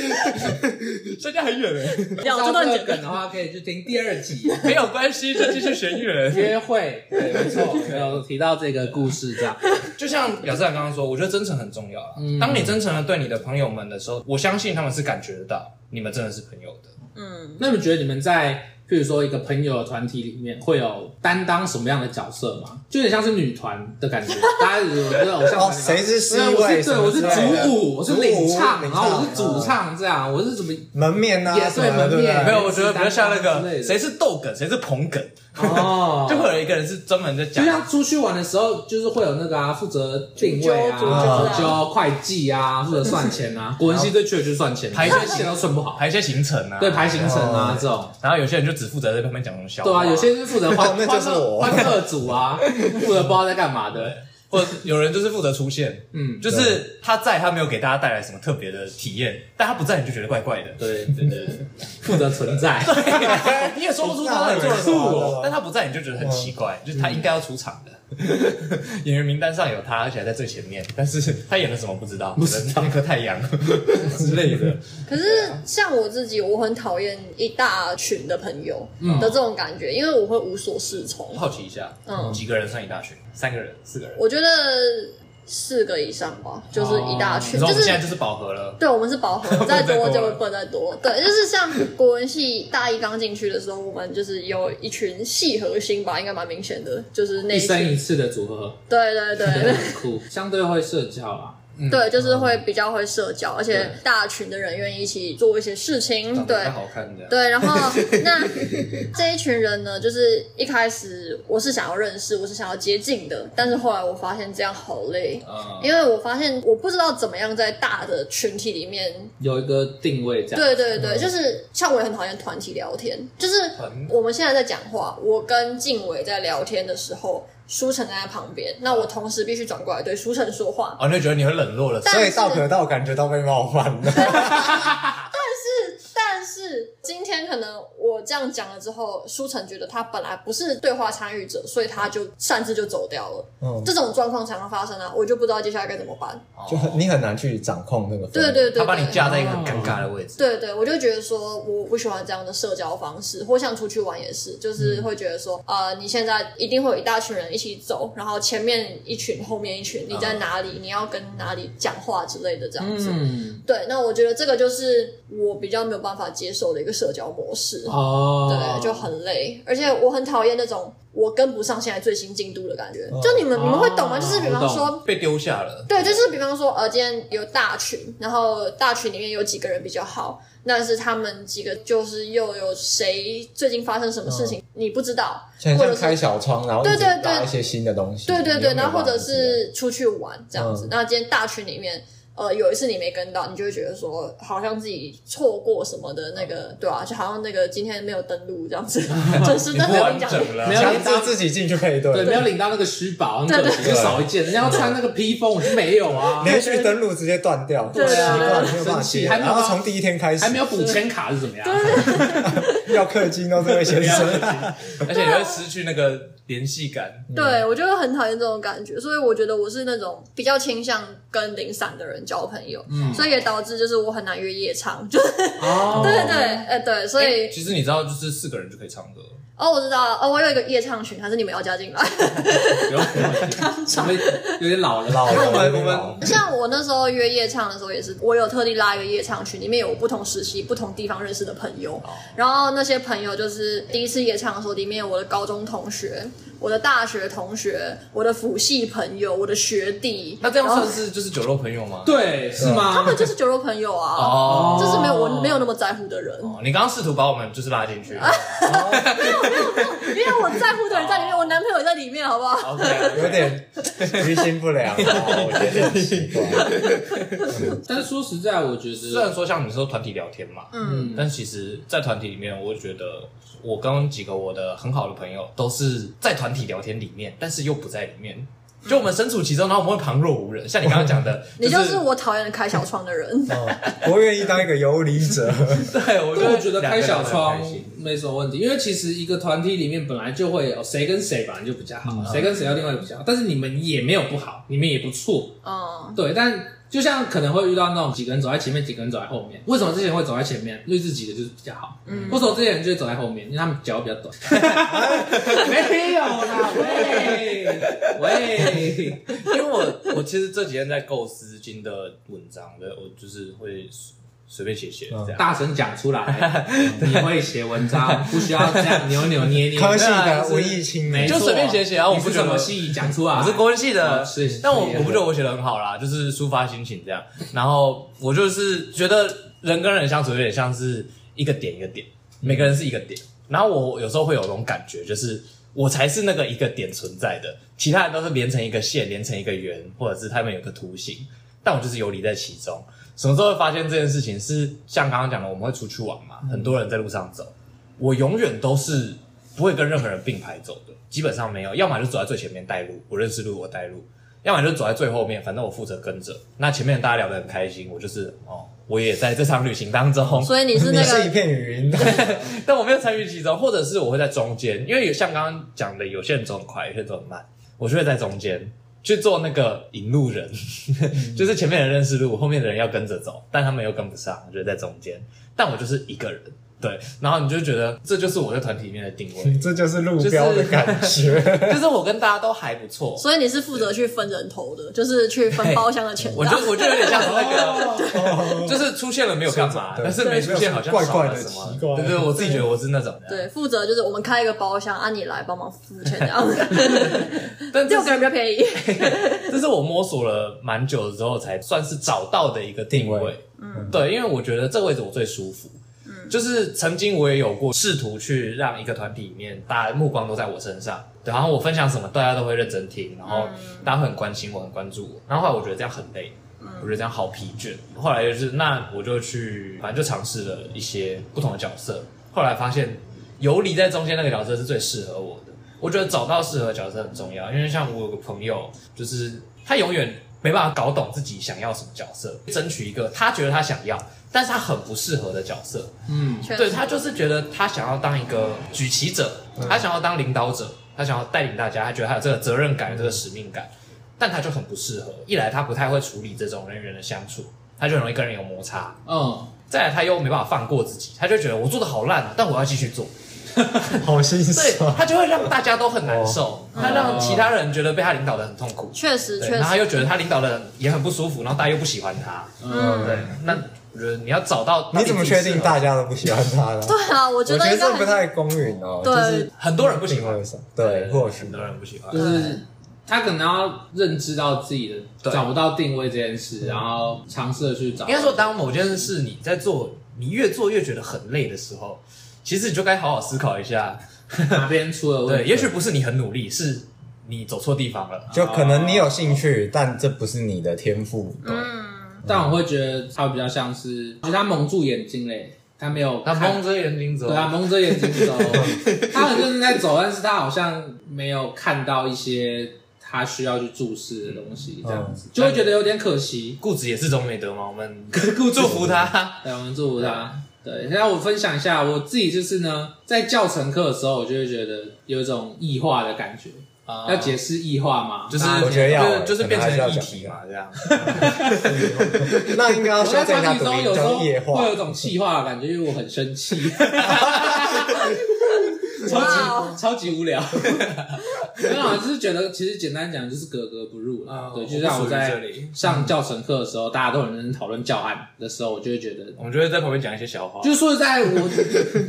Speaker 3: 人家很远，欸
Speaker 4: 这样我就乱
Speaker 1: 这
Speaker 4: 剪
Speaker 1: 个梗的话，可以去听第二集
Speaker 3: (laughs) 没有关系，就继续学远。
Speaker 1: 约会，对，没错，没有提到这个故事这样。
Speaker 3: 就像表志刚刚说，我觉得真诚很重要啊。
Speaker 1: 嗯
Speaker 3: 当你真诚的对你的朋友们的时候，我相信他们是感觉得到你们真的是朋友的。
Speaker 4: 嗯，
Speaker 1: 那你们觉得你们在譬如说一个朋友的团体里面会有担当什么样的角色吗？就有点像是女团的感觉，大家有这偶像团
Speaker 2: 哦，
Speaker 1: 体吗
Speaker 2: 谁是 C
Speaker 1: 对，啊我
Speaker 2: 位？
Speaker 1: 是
Speaker 2: 什
Speaker 1: 对，
Speaker 2: 么
Speaker 1: 我是
Speaker 2: 之类的
Speaker 1: 主舞，我是领唱，
Speaker 2: 领
Speaker 1: 然后我是主
Speaker 2: 啊
Speaker 1: 唱，这样我是怎么？
Speaker 2: 门面呐，
Speaker 1: 也
Speaker 2: 什么的
Speaker 1: 对门啊面
Speaker 3: 没
Speaker 2: 对
Speaker 3: 有，我觉得比较像那
Speaker 1: 之类
Speaker 3: 个
Speaker 1: 的
Speaker 3: 谁是逗梗，谁是捧梗，
Speaker 1: (laughs) 哦，
Speaker 3: 就会有一个人是专门在
Speaker 1: 就
Speaker 3: 讲。
Speaker 1: 像出去玩的时候，就是会有那个啊，负责定位啊、
Speaker 4: 主
Speaker 1: 主
Speaker 4: 揪
Speaker 2: 主
Speaker 4: 揪啊
Speaker 1: 揪、会计啊，负责算钱啊。国文系最缺的就是算钱，
Speaker 3: 排队
Speaker 1: 钱都算不好，
Speaker 3: 排一些行程啊，
Speaker 1: 对，排行程啊
Speaker 2: 哦
Speaker 1: 这种。
Speaker 3: 然后有些人就只负责在旁边讲种笑话，
Speaker 1: 对啊，有些是负责欢
Speaker 2: 那就是我
Speaker 1: 欢乐欢乐组啊，负责不知道在干嘛的。
Speaker 3: 或者有人就是负责出现，
Speaker 1: (laughs) 嗯，
Speaker 3: 就是他在，他没有给大家带来什么特别的体验，但他不在，你就觉得怪怪的。
Speaker 1: 对对对，对负责存在。
Speaker 2: (laughs)
Speaker 3: (laughs) 你也说不出他到底做
Speaker 2: 那我
Speaker 3: 了什
Speaker 2: 也是
Speaker 3: 么嗯
Speaker 2: 啊，
Speaker 3: 但他不在，你就觉得很奇怪，就是他应该要出场的。演员名单上有他，而且还在最前面，但是他演了什么不知道，不知道那颗太阳 (laughs) 之类的。
Speaker 4: 可是像我自己，我很讨厌一大群的朋友
Speaker 1: 嗯
Speaker 4: 的这种感觉，因为我会无所适从
Speaker 3: 我。好奇一下，
Speaker 4: 嗯
Speaker 3: 几个人算一大群？三个人、四个人？
Speaker 4: 我觉得四个以上吧，就是一
Speaker 1: 哦
Speaker 4: 大
Speaker 3: 你
Speaker 4: 群，
Speaker 3: 说我
Speaker 4: 就
Speaker 3: 们现
Speaker 4: 是
Speaker 3: 在就是饱和了，
Speaker 4: 对，我们是饱和，再多
Speaker 3: 不能再多
Speaker 4: 就
Speaker 3: 了
Speaker 4: 不能再多。对，就是像国文系大一刚进去的时候，我们就是有一群系核心吧，应该蛮明显的，就是那
Speaker 1: 一
Speaker 4: 一
Speaker 1: 生
Speaker 4: 群。
Speaker 1: 一次的组合，
Speaker 4: 对对对
Speaker 1: (laughs)
Speaker 4: 对
Speaker 1: 很酷，相对会社交啊。
Speaker 4: 对，就是会比较会社交，而且
Speaker 1: 对
Speaker 4: 大群的人愿意一起做一些事情。
Speaker 3: 长
Speaker 4: 对
Speaker 3: 得，太好看的。
Speaker 4: 对，然后那这一群人呢，就是一开始我是想要认识，我是想要接近的，但是后来我发现这样好累，
Speaker 3: 啊，
Speaker 4: 因为我发现我不知道怎么样在大的群体里面。
Speaker 1: 有一个定位这样，
Speaker 4: 对对
Speaker 3: 嗯
Speaker 4: 对，就是像我也很讨厌团体聊天，就是
Speaker 3: 团
Speaker 4: 我们现在在讲话，我跟静伟在聊天的时候，舒晨在他旁边，那我同时必须转过来对舒晨说话，
Speaker 3: 哦，你就觉得你会冷落了。
Speaker 4: 但
Speaker 2: 所以
Speaker 4: 是
Speaker 2: 道可道感觉到被冒犯了。
Speaker 4: 但是今天可能我这样讲了之后，舒晨觉得他本来不是对话参与者，所以他就擅自就走掉了。
Speaker 2: 嗯，
Speaker 4: 这种状况常常发生啊，我就不知道接下来该怎么办。
Speaker 2: 就很你很难去掌控那个氛围。
Speaker 4: 对对对
Speaker 3: 哦他把你
Speaker 4: 对
Speaker 3: 架在一个很尴尬的位置。
Speaker 4: 对对，我就觉得说我不喜欢这样的社交方式，或像出去玩也是，
Speaker 1: 嗯
Speaker 4: 就是会觉得说，呃，你现在一定会有一大群人一起走，然后前面一群，后面一群，你在哪里，你要跟哪里讲话之类的这样子。
Speaker 1: 嗯，
Speaker 4: 对，那我觉得这个就是我比较没有办法接受的一个社交模式。
Speaker 1: 哦，
Speaker 4: 对，就很累，而且我很讨厌那种我跟不上现在最新进度的感觉。就你们，你们会懂吗？就是比方
Speaker 1: 哦我
Speaker 4: 说，
Speaker 3: 被丢下了，
Speaker 4: 对，就是比方说，呃，今天有大群，然后大群里面有几个人比较好，但是他们几个就是又有谁最近发生什么
Speaker 2: 嗯
Speaker 4: 事情，你不知道，
Speaker 2: 像
Speaker 4: 或
Speaker 2: 像
Speaker 4: 者
Speaker 2: 开
Speaker 4: 是。
Speaker 2: 小窗，然后一
Speaker 4: 对
Speaker 2: 直
Speaker 4: 对对
Speaker 2: 搭一些新的东西，
Speaker 4: 对对对，
Speaker 2: 你又没有
Speaker 4: 然后或者
Speaker 2: 办法知
Speaker 4: 是出去玩这样子
Speaker 2: 嗯。
Speaker 4: 那、今天大群里面，呃，有一次你没跟到，你就会觉得说，好像自己错过什么的那
Speaker 2: 嗯
Speaker 4: 个，对啊，就好像那个今天没有登录这样
Speaker 2: (laughs)
Speaker 4: 子，真是
Speaker 3: 你
Speaker 4: 真
Speaker 3: 不
Speaker 4: 的我跟
Speaker 3: 完
Speaker 4: 你讲，
Speaker 3: 整了，
Speaker 1: 没
Speaker 2: 道
Speaker 1: 有
Speaker 2: 强制自己进去配对，
Speaker 1: 对，没有领到那个虚宝，很可惜，
Speaker 2: 对
Speaker 1: 就少一件。人家要穿那个披风，我是没有啊，
Speaker 2: 连续登录直接断掉，
Speaker 4: 对
Speaker 2: 奇
Speaker 4: 啊
Speaker 2: 怪，没有办法
Speaker 1: 生气
Speaker 2: 接，
Speaker 1: 还没有
Speaker 2: 然后
Speaker 1: 办法
Speaker 2: 从第一天开始
Speaker 1: 还没有补签卡是怎么样？
Speaker 2: (laughs) 要氪金哦，这位先生。
Speaker 3: 而且你会失去那个联系感。
Speaker 4: 对，我就会很讨厌这种感觉，所以我觉得我是那种比较倾向跟零散的人交朋友，所以也导致就是我很难约夜唱，就是、
Speaker 1: 哦，
Speaker 4: 对对对，呃对，所以、
Speaker 3: 其实你知道，就是四个人就可以唱歌，
Speaker 4: 哦我知道了，哦我有一个夜唱群，还是你们要加进来？ (laughs)
Speaker 1: 不用不用，我们有点老了，
Speaker 2: 老
Speaker 3: 因为
Speaker 2: 了，
Speaker 3: 我们
Speaker 2: 有点
Speaker 3: 我们
Speaker 2: 老了
Speaker 4: 像我那时候约夜唱的时候，也是我有特地拉一个夜唱群，里面有我不同时期、不同地方认识的朋友。然后那些朋友就是第一次夜唱的时候，里面有我的高中同学、我的大学同学、我的辅系朋友、我的学弟。
Speaker 3: 那这样
Speaker 4: 然后
Speaker 3: 算是就是酒肉朋友吗？
Speaker 1: 对，是
Speaker 4: 他
Speaker 1: 吗 (laughs)
Speaker 4: 们？就是酒肉朋友啊，
Speaker 3: 哦，
Speaker 4: 就是没有我没有那么在乎的人，
Speaker 3: 哦你刚刚试图把我们就是拉进去。
Speaker 4: 啊因为我在乎的人在里面，我男朋友也在里面，好不好？
Speaker 3: OK，
Speaker 2: (laughs) 有点居心不良啊，我觉得很奇怪。
Speaker 1: 但是说实在，我觉
Speaker 3: (laughs) 虽然
Speaker 1: 得，
Speaker 3: 说像你说团体聊天嘛，
Speaker 4: 嗯，
Speaker 3: 但其实，在团体里面，我觉得我跟几个我的很好的朋友都是在团体聊天里面，但是又不在里面。就我们身处其中，然后我们会旁若无人。像你刚刚讲的，
Speaker 4: 嗯 (laughs) 你
Speaker 3: 就
Speaker 4: 就是我讨厌的开小窗的人。
Speaker 2: 哦我愿意当一个游离者，
Speaker 3: 对我就
Speaker 1: 但
Speaker 3: 会
Speaker 1: 我觉得开小窗
Speaker 3: 两个人很开心
Speaker 1: 没什么问题，因为其实一个团体里面本来就会有谁跟谁本来就比较好，谁跟谁要另外一个比较好，但是你们也没有不好，你们也不错，
Speaker 4: 嗯，
Speaker 1: 对，但就像可能会遇到那种几个人走在前面，几个人走在后面。为什么这些人会走在前面？因为自己的就是比较好。嗯，为什么这些人就会走在后面？因为他们脚比较短。 (laughs) 没有啦，喂喂，
Speaker 3: 因为我我其实这几天在构思新的文章的，我就是会随随便写写这样。
Speaker 1: 大声讲出
Speaker 2: (laughs)
Speaker 1: 来，嗯你会写文章，不需要这样扭扭捏捏。
Speaker 2: 科系
Speaker 3: 那
Speaker 2: 的
Speaker 3: 是
Speaker 2: 文艺青
Speaker 1: 没
Speaker 2: 年，
Speaker 1: 错
Speaker 3: 就随便写写啊我
Speaker 1: 你
Speaker 3: 不
Speaker 1: 是
Speaker 3: 觉得
Speaker 1: 什么戏讲出来，
Speaker 3: 我是国文系的，
Speaker 1: 哦是
Speaker 3: 但我
Speaker 1: 是
Speaker 3: 我不觉得我写的很好啦，就是抒发心情这样。然后我就是觉得人跟人相处有点像是一个点一个点，每个人是一个点。然后我有时候会有种感觉，就是我才是那个一个点存在的，其他人都是连成一个线，连成一个圆，或者是他们有个图形，但我就是游离在其中。什么时候会发现这件事情是像刚刚讲的，我们会出去玩
Speaker 4: 嗯
Speaker 3: 嘛，很多人在路上走，我永远都是不会跟任何人并排走的，基本上没有，要么就走在最前面带路，我认识路我带路，要么就走在最后面，反正我负责跟着。那前面大家聊得很开心，我就是哦，我也在这场旅行当中，
Speaker 4: 所以你是
Speaker 2: 你
Speaker 4: 那
Speaker 2: 是一
Speaker 4: 个
Speaker 2: 片云，
Speaker 3: 但我没有参与其中，或者是我会在中间，因为有像刚刚讲的，有些人走很快，有些人走很慢，我就会在中间去做那个引路人， (laughs) 就是前面的人认识路，后面的人要跟着走，但他们又跟不上，我就在中间，但我就是一个人，对，然后你就觉得这就是我在团体里面的定
Speaker 2: (laughs)
Speaker 3: 位，
Speaker 2: 这就是路标的感觉。
Speaker 3: 就是我跟大家都还不错，
Speaker 4: 所以你是负责去分人头的，就是去分包厢的钱的。
Speaker 3: (laughs) 我就我就有点像是那个。
Speaker 2: (laughs) 哦
Speaker 3: 就是出现了没有干嘛，
Speaker 2: 对
Speaker 3: 但是没出现好像
Speaker 2: 怪
Speaker 3: 少
Speaker 2: 怪
Speaker 3: 了
Speaker 2: 的
Speaker 3: 什么。
Speaker 2: 奇怪
Speaker 3: 对对，我自己觉得我是那种的。
Speaker 4: 对，负责就是我们开一个包厢，啊，你来帮忙付钱这样子， (laughs)
Speaker 3: 但这
Speaker 4: 六
Speaker 3: 是
Speaker 4: 个人比较便宜。
Speaker 3: 这是我摸索了蛮久之后才算是找到的一个定位。
Speaker 2: 定位
Speaker 3: 嗯，对，因为我觉得这个位置我最舒服。嗯，就是曾经我也有过试图去让一个团体里面大家目光都在我身上，对，然后我分享什么大家都会认真听，然后大家会很关心我，很关注我。然后后来我觉得这样很累。我觉得这样好疲倦。后来就是，那我就去，反正就尝试了一些不同的角色。后来发现，游离在中间那个角色是最适合我的。我觉得找到适合的角色很重要，因为像我有个朋友，就是他永远没办法搞懂自己想要什么角色，争取一个他觉得他想要，但是他很不适合的角色。
Speaker 1: 嗯，
Speaker 4: 确实
Speaker 3: 对他就是觉得他想要当一个举旗者，他想要当领导者，他想要带领大家，他觉得他有这个责任感、有这个使命感，但他就很不适合。一来他不太会处理这种人与人的相处，他就很容易跟人有摩擦；
Speaker 1: 嗯，
Speaker 3: 再来他又没办法放过自己，他就觉得我做的好烂啊，但我要继续做。
Speaker 2: (laughs) 好心
Speaker 3: (laughs) 对
Speaker 2: 酸。
Speaker 3: 他就会让大家都很难受，
Speaker 2: 哦
Speaker 3: 他让其他人觉得被他领导的很痛苦，
Speaker 4: 确实，
Speaker 3: 对，
Speaker 4: 确
Speaker 3: 然后他
Speaker 4: 实，
Speaker 3: 又觉得他领导的也很不舒服，然后大家又不喜欢他，
Speaker 1: 嗯
Speaker 3: 对，那我觉得你要找到
Speaker 2: 你怎么确定大
Speaker 3: 家？
Speaker 2: 家都不喜欢他呢？
Speaker 4: 对啊，我觉
Speaker 2: 我
Speaker 4: 得
Speaker 2: 觉得
Speaker 4: 应该
Speaker 2: 这不
Speaker 4: 很
Speaker 2: 太公允哦，
Speaker 4: 对
Speaker 2: 就是
Speaker 3: 很多人不喜
Speaker 2: 嗯
Speaker 3: 欢，
Speaker 2: 对，或许
Speaker 3: 很多人不喜欢
Speaker 1: 就。
Speaker 4: 对
Speaker 1: 是他可能要认知到自己的
Speaker 3: 对嗯
Speaker 1: 找不到定位这件事，然后尝试的去找。
Speaker 3: 应该说，当某件事你在做，你越做越觉得很累的时候，其实你就该好好思考一下。
Speaker 1: 哪边出了问
Speaker 3: 对，
Speaker 1: 题，
Speaker 3: 也许不是你很努力，是你走错地方了。
Speaker 2: 就可能你有兴趣，但这不是你的天赋。
Speaker 4: 嗯，
Speaker 1: 但我会觉得他比较像是，就是他蒙住眼睛嘞，他没有
Speaker 3: 他
Speaker 1: 看
Speaker 3: 蒙着眼睛走
Speaker 1: 对，啊，蒙着眼睛
Speaker 3: (laughs)
Speaker 1: 走，他很认真在走，但是他好像没有看到一些他需要去注视的东西，这样
Speaker 3: 嗯
Speaker 1: 子、就会觉得有点可惜。
Speaker 3: 固执也是种美德嘛，我们 (laughs) 祝福他。
Speaker 1: 对，我们祝福他。对，那我分享一下我自己，就是呢，在教程课的时候，我就会觉得有一种异化的感觉。
Speaker 3: 啊
Speaker 1: 要解释异化嘛，
Speaker 3: 就是
Speaker 1: 大家
Speaker 2: 我觉得要欸
Speaker 3: 就是就是变
Speaker 2: 可能还是要
Speaker 3: 成
Speaker 2: 讲
Speaker 3: 议题嘛，这样。
Speaker 2: 那应该要
Speaker 1: 我在
Speaker 2: 修正
Speaker 1: 团
Speaker 2: 一下
Speaker 1: 体
Speaker 2: 读
Speaker 1: 中
Speaker 2: 音，
Speaker 1: 有时
Speaker 2: 叫
Speaker 1: 候
Speaker 2: 夜话
Speaker 1: 会。有一种气化的感觉，因为我很生气，超
Speaker 4: 哇
Speaker 1: 级超级无聊。没有啊，就是觉得其实简单讲就是格格不入啦
Speaker 3: 嗯。
Speaker 1: 对，
Speaker 3: 我
Speaker 1: 就像
Speaker 3: 不
Speaker 1: 我
Speaker 3: 属于这
Speaker 1: 在
Speaker 3: 里
Speaker 1: 上教程课的时候，大家都很认真讨论教案的时候，我就会觉得，
Speaker 3: 我们就会在旁边讲一些小话。
Speaker 1: 就是说实在，我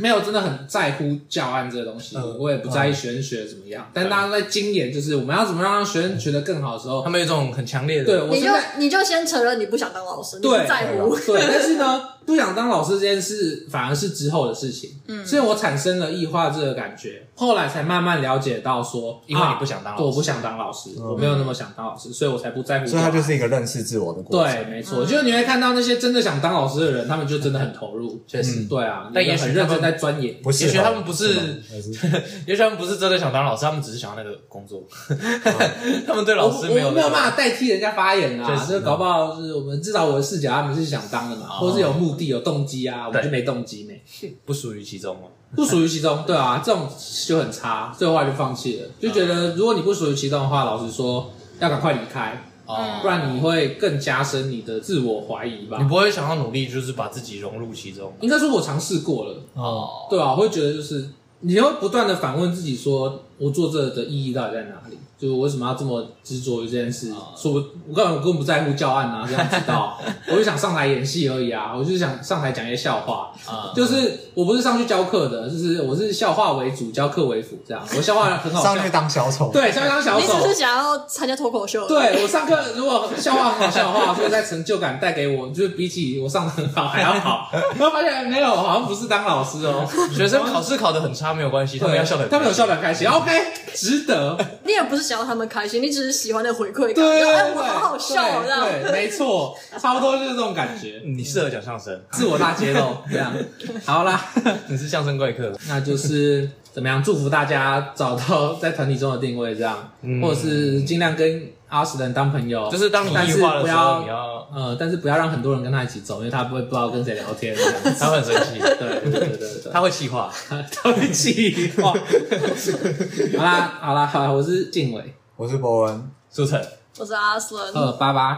Speaker 1: 没有真的很在乎教案这个东西，
Speaker 3: 嗯
Speaker 1: 我也不在意学生学得怎么样。但大家在精研，就是我们要怎么让学生学得更好的时候
Speaker 3: 他，们有一种很强烈的，
Speaker 1: 对我
Speaker 4: 你
Speaker 1: 现
Speaker 4: 就
Speaker 1: 在
Speaker 4: 你就先承认你不想当老师，你不
Speaker 1: 对
Speaker 4: 在乎，
Speaker 1: 对，但是呢，不想当老师这件事反而是之后的事情。嗯，所以我产生了异化这个感觉，后来才慢慢了解到说，
Speaker 3: 因为你
Speaker 1: 啊
Speaker 3: 不想当老师嗯
Speaker 1: 对我不想当老师，我没有那么想当老师，所以我才不在乎。
Speaker 2: 所以它就是一个认识自我的过程。
Speaker 1: 对，没错，就是你会看到那些真的想当老师的人，他们就真的很投入，确实，对啊，
Speaker 3: 嗯但也许
Speaker 1: 很认
Speaker 3: 他
Speaker 1: 真
Speaker 3: 们
Speaker 1: 在钻研。
Speaker 2: 不是吧，
Speaker 3: 也许他们不是
Speaker 2: 吧还是
Speaker 3: 也许他们不是真的想当老师，他们只是想要那个工作。 (laughs) 他们对
Speaker 1: 我
Speaker 3: 老师
Speaker 1: 我没有
Speaker 3: 有
Speaker 1: 办
Speaker 3: 那种
Speaker 1: 法代替人家发言
Speaker 3: 确
Speaker 1: 啊，
Speaker 3: 实哦
Speaker 1: 就搞不好是我们至少我的视角，他们是想当的嘛，或是有目的、有动机啊，我们
Speaker 3: 对
Speaker 1: 就没动机没。
Speaker 3: 不属于其中嘛。
Speaker 1: 不属于其中，对
Speaker 3: (laughs)
Speaker 1: 啊，这种就很差，所以后来就放弃了，就觉得如果你不属于其中的话，老实说要赶快离开，
Speaker 3: 哦
Speaker 1: 不然你会更加深你的自我怀疑
Speaker 3: 你
Speaker 1: 吧。
Speaker 3: 不会想要努力，就是把自己融入其中。
Speaker 1: 应该说我尝试过了，
Speaker 2: 哦，
Speaker 1: 对啊，我会觉得就是你会不断的反问自己说，我做这的意义到底在哪里？就是我为什么要这么执着于这件事？
Speaker 4: 啊
Speaker 1: 说我我根本我根本不在乎教案啊，这样知
Speaker 4: (laughs)
Speaker 1: 道，我就想上台演戏而已啊，我就是想上台讲一些笑话，
Speaker 3: 啊，
Speaker 1: 就是我不是上去教课的，就是我是笑话为主，教课为辅，这样。我笑话很好笑
Speaker 2: 上，去当小丑，
Speaker 1: 啊对，相当小
Speaker 4: (laughs) 你只
Speaker 1: 丑
Speaker 4: 是。想要参加脱口秀，，
Speaker 1: 对我上课如果笑话很好笑的话，所以在成就感带给我，就是比起我上的很好还要好。然后发现没有，好像不是当老师哦。
Speaker 3: 学生考试考得很差没有关系，他们要笑得很
Speaker 1: 他们有笑
Speaker 3: 得
Speaker 1: 得很开心，OK，值得。
Speaker 4: 你也不是想要他们开心，你只是喜欢那回馈
Speaker 1: 对
Speaker 4: 感，
Speaker 1: 对
Speaker 4: 就哎，
Speaker 1: 对，
Speaker 4: 我好好笑哦，这
Speaker 1: 对，对
Speaker 4: 样，
Speaker 1: 没错，差不多就是这种感觉，
Speaker 3: (laughs) 你适合讲相声，
Speaker 1: 自我大揭露这样。 (laughs) 好啦，
Speaker 3: 你是相声怪客。
Speaker 1: 那就是怎么样祝福大家找到在团体中的定位，这样，或者是尽量跟阿斯人当朋友，
Speaker 3: 就是当你
Speaker 1: 但
Speaker 3: 异
Speaker 1: 是
Speaker 3: 化的
Speaker 1: 不
Speaker 3: 时候，你
Speaker 1: 要
Speaker 3: 要
Speaker 1: 呃，但是不要让很多人跟他一起走，因为他不会不知道跟谁聊天。这样
Speaker 3: (laughs) 他会很生气，
Speaker 1: 对对对对对，
Speaker 3: 他会气话。
Speaker 1: 他他会气话。 (laughs) 好啦好啦好啦，我是静伟
Speaker 2: 我是博文。
Speaker 3: (laughs) 苏晨，
Speaker 4: 我是阿斯伦，
Speaker 1: 嗯二八八。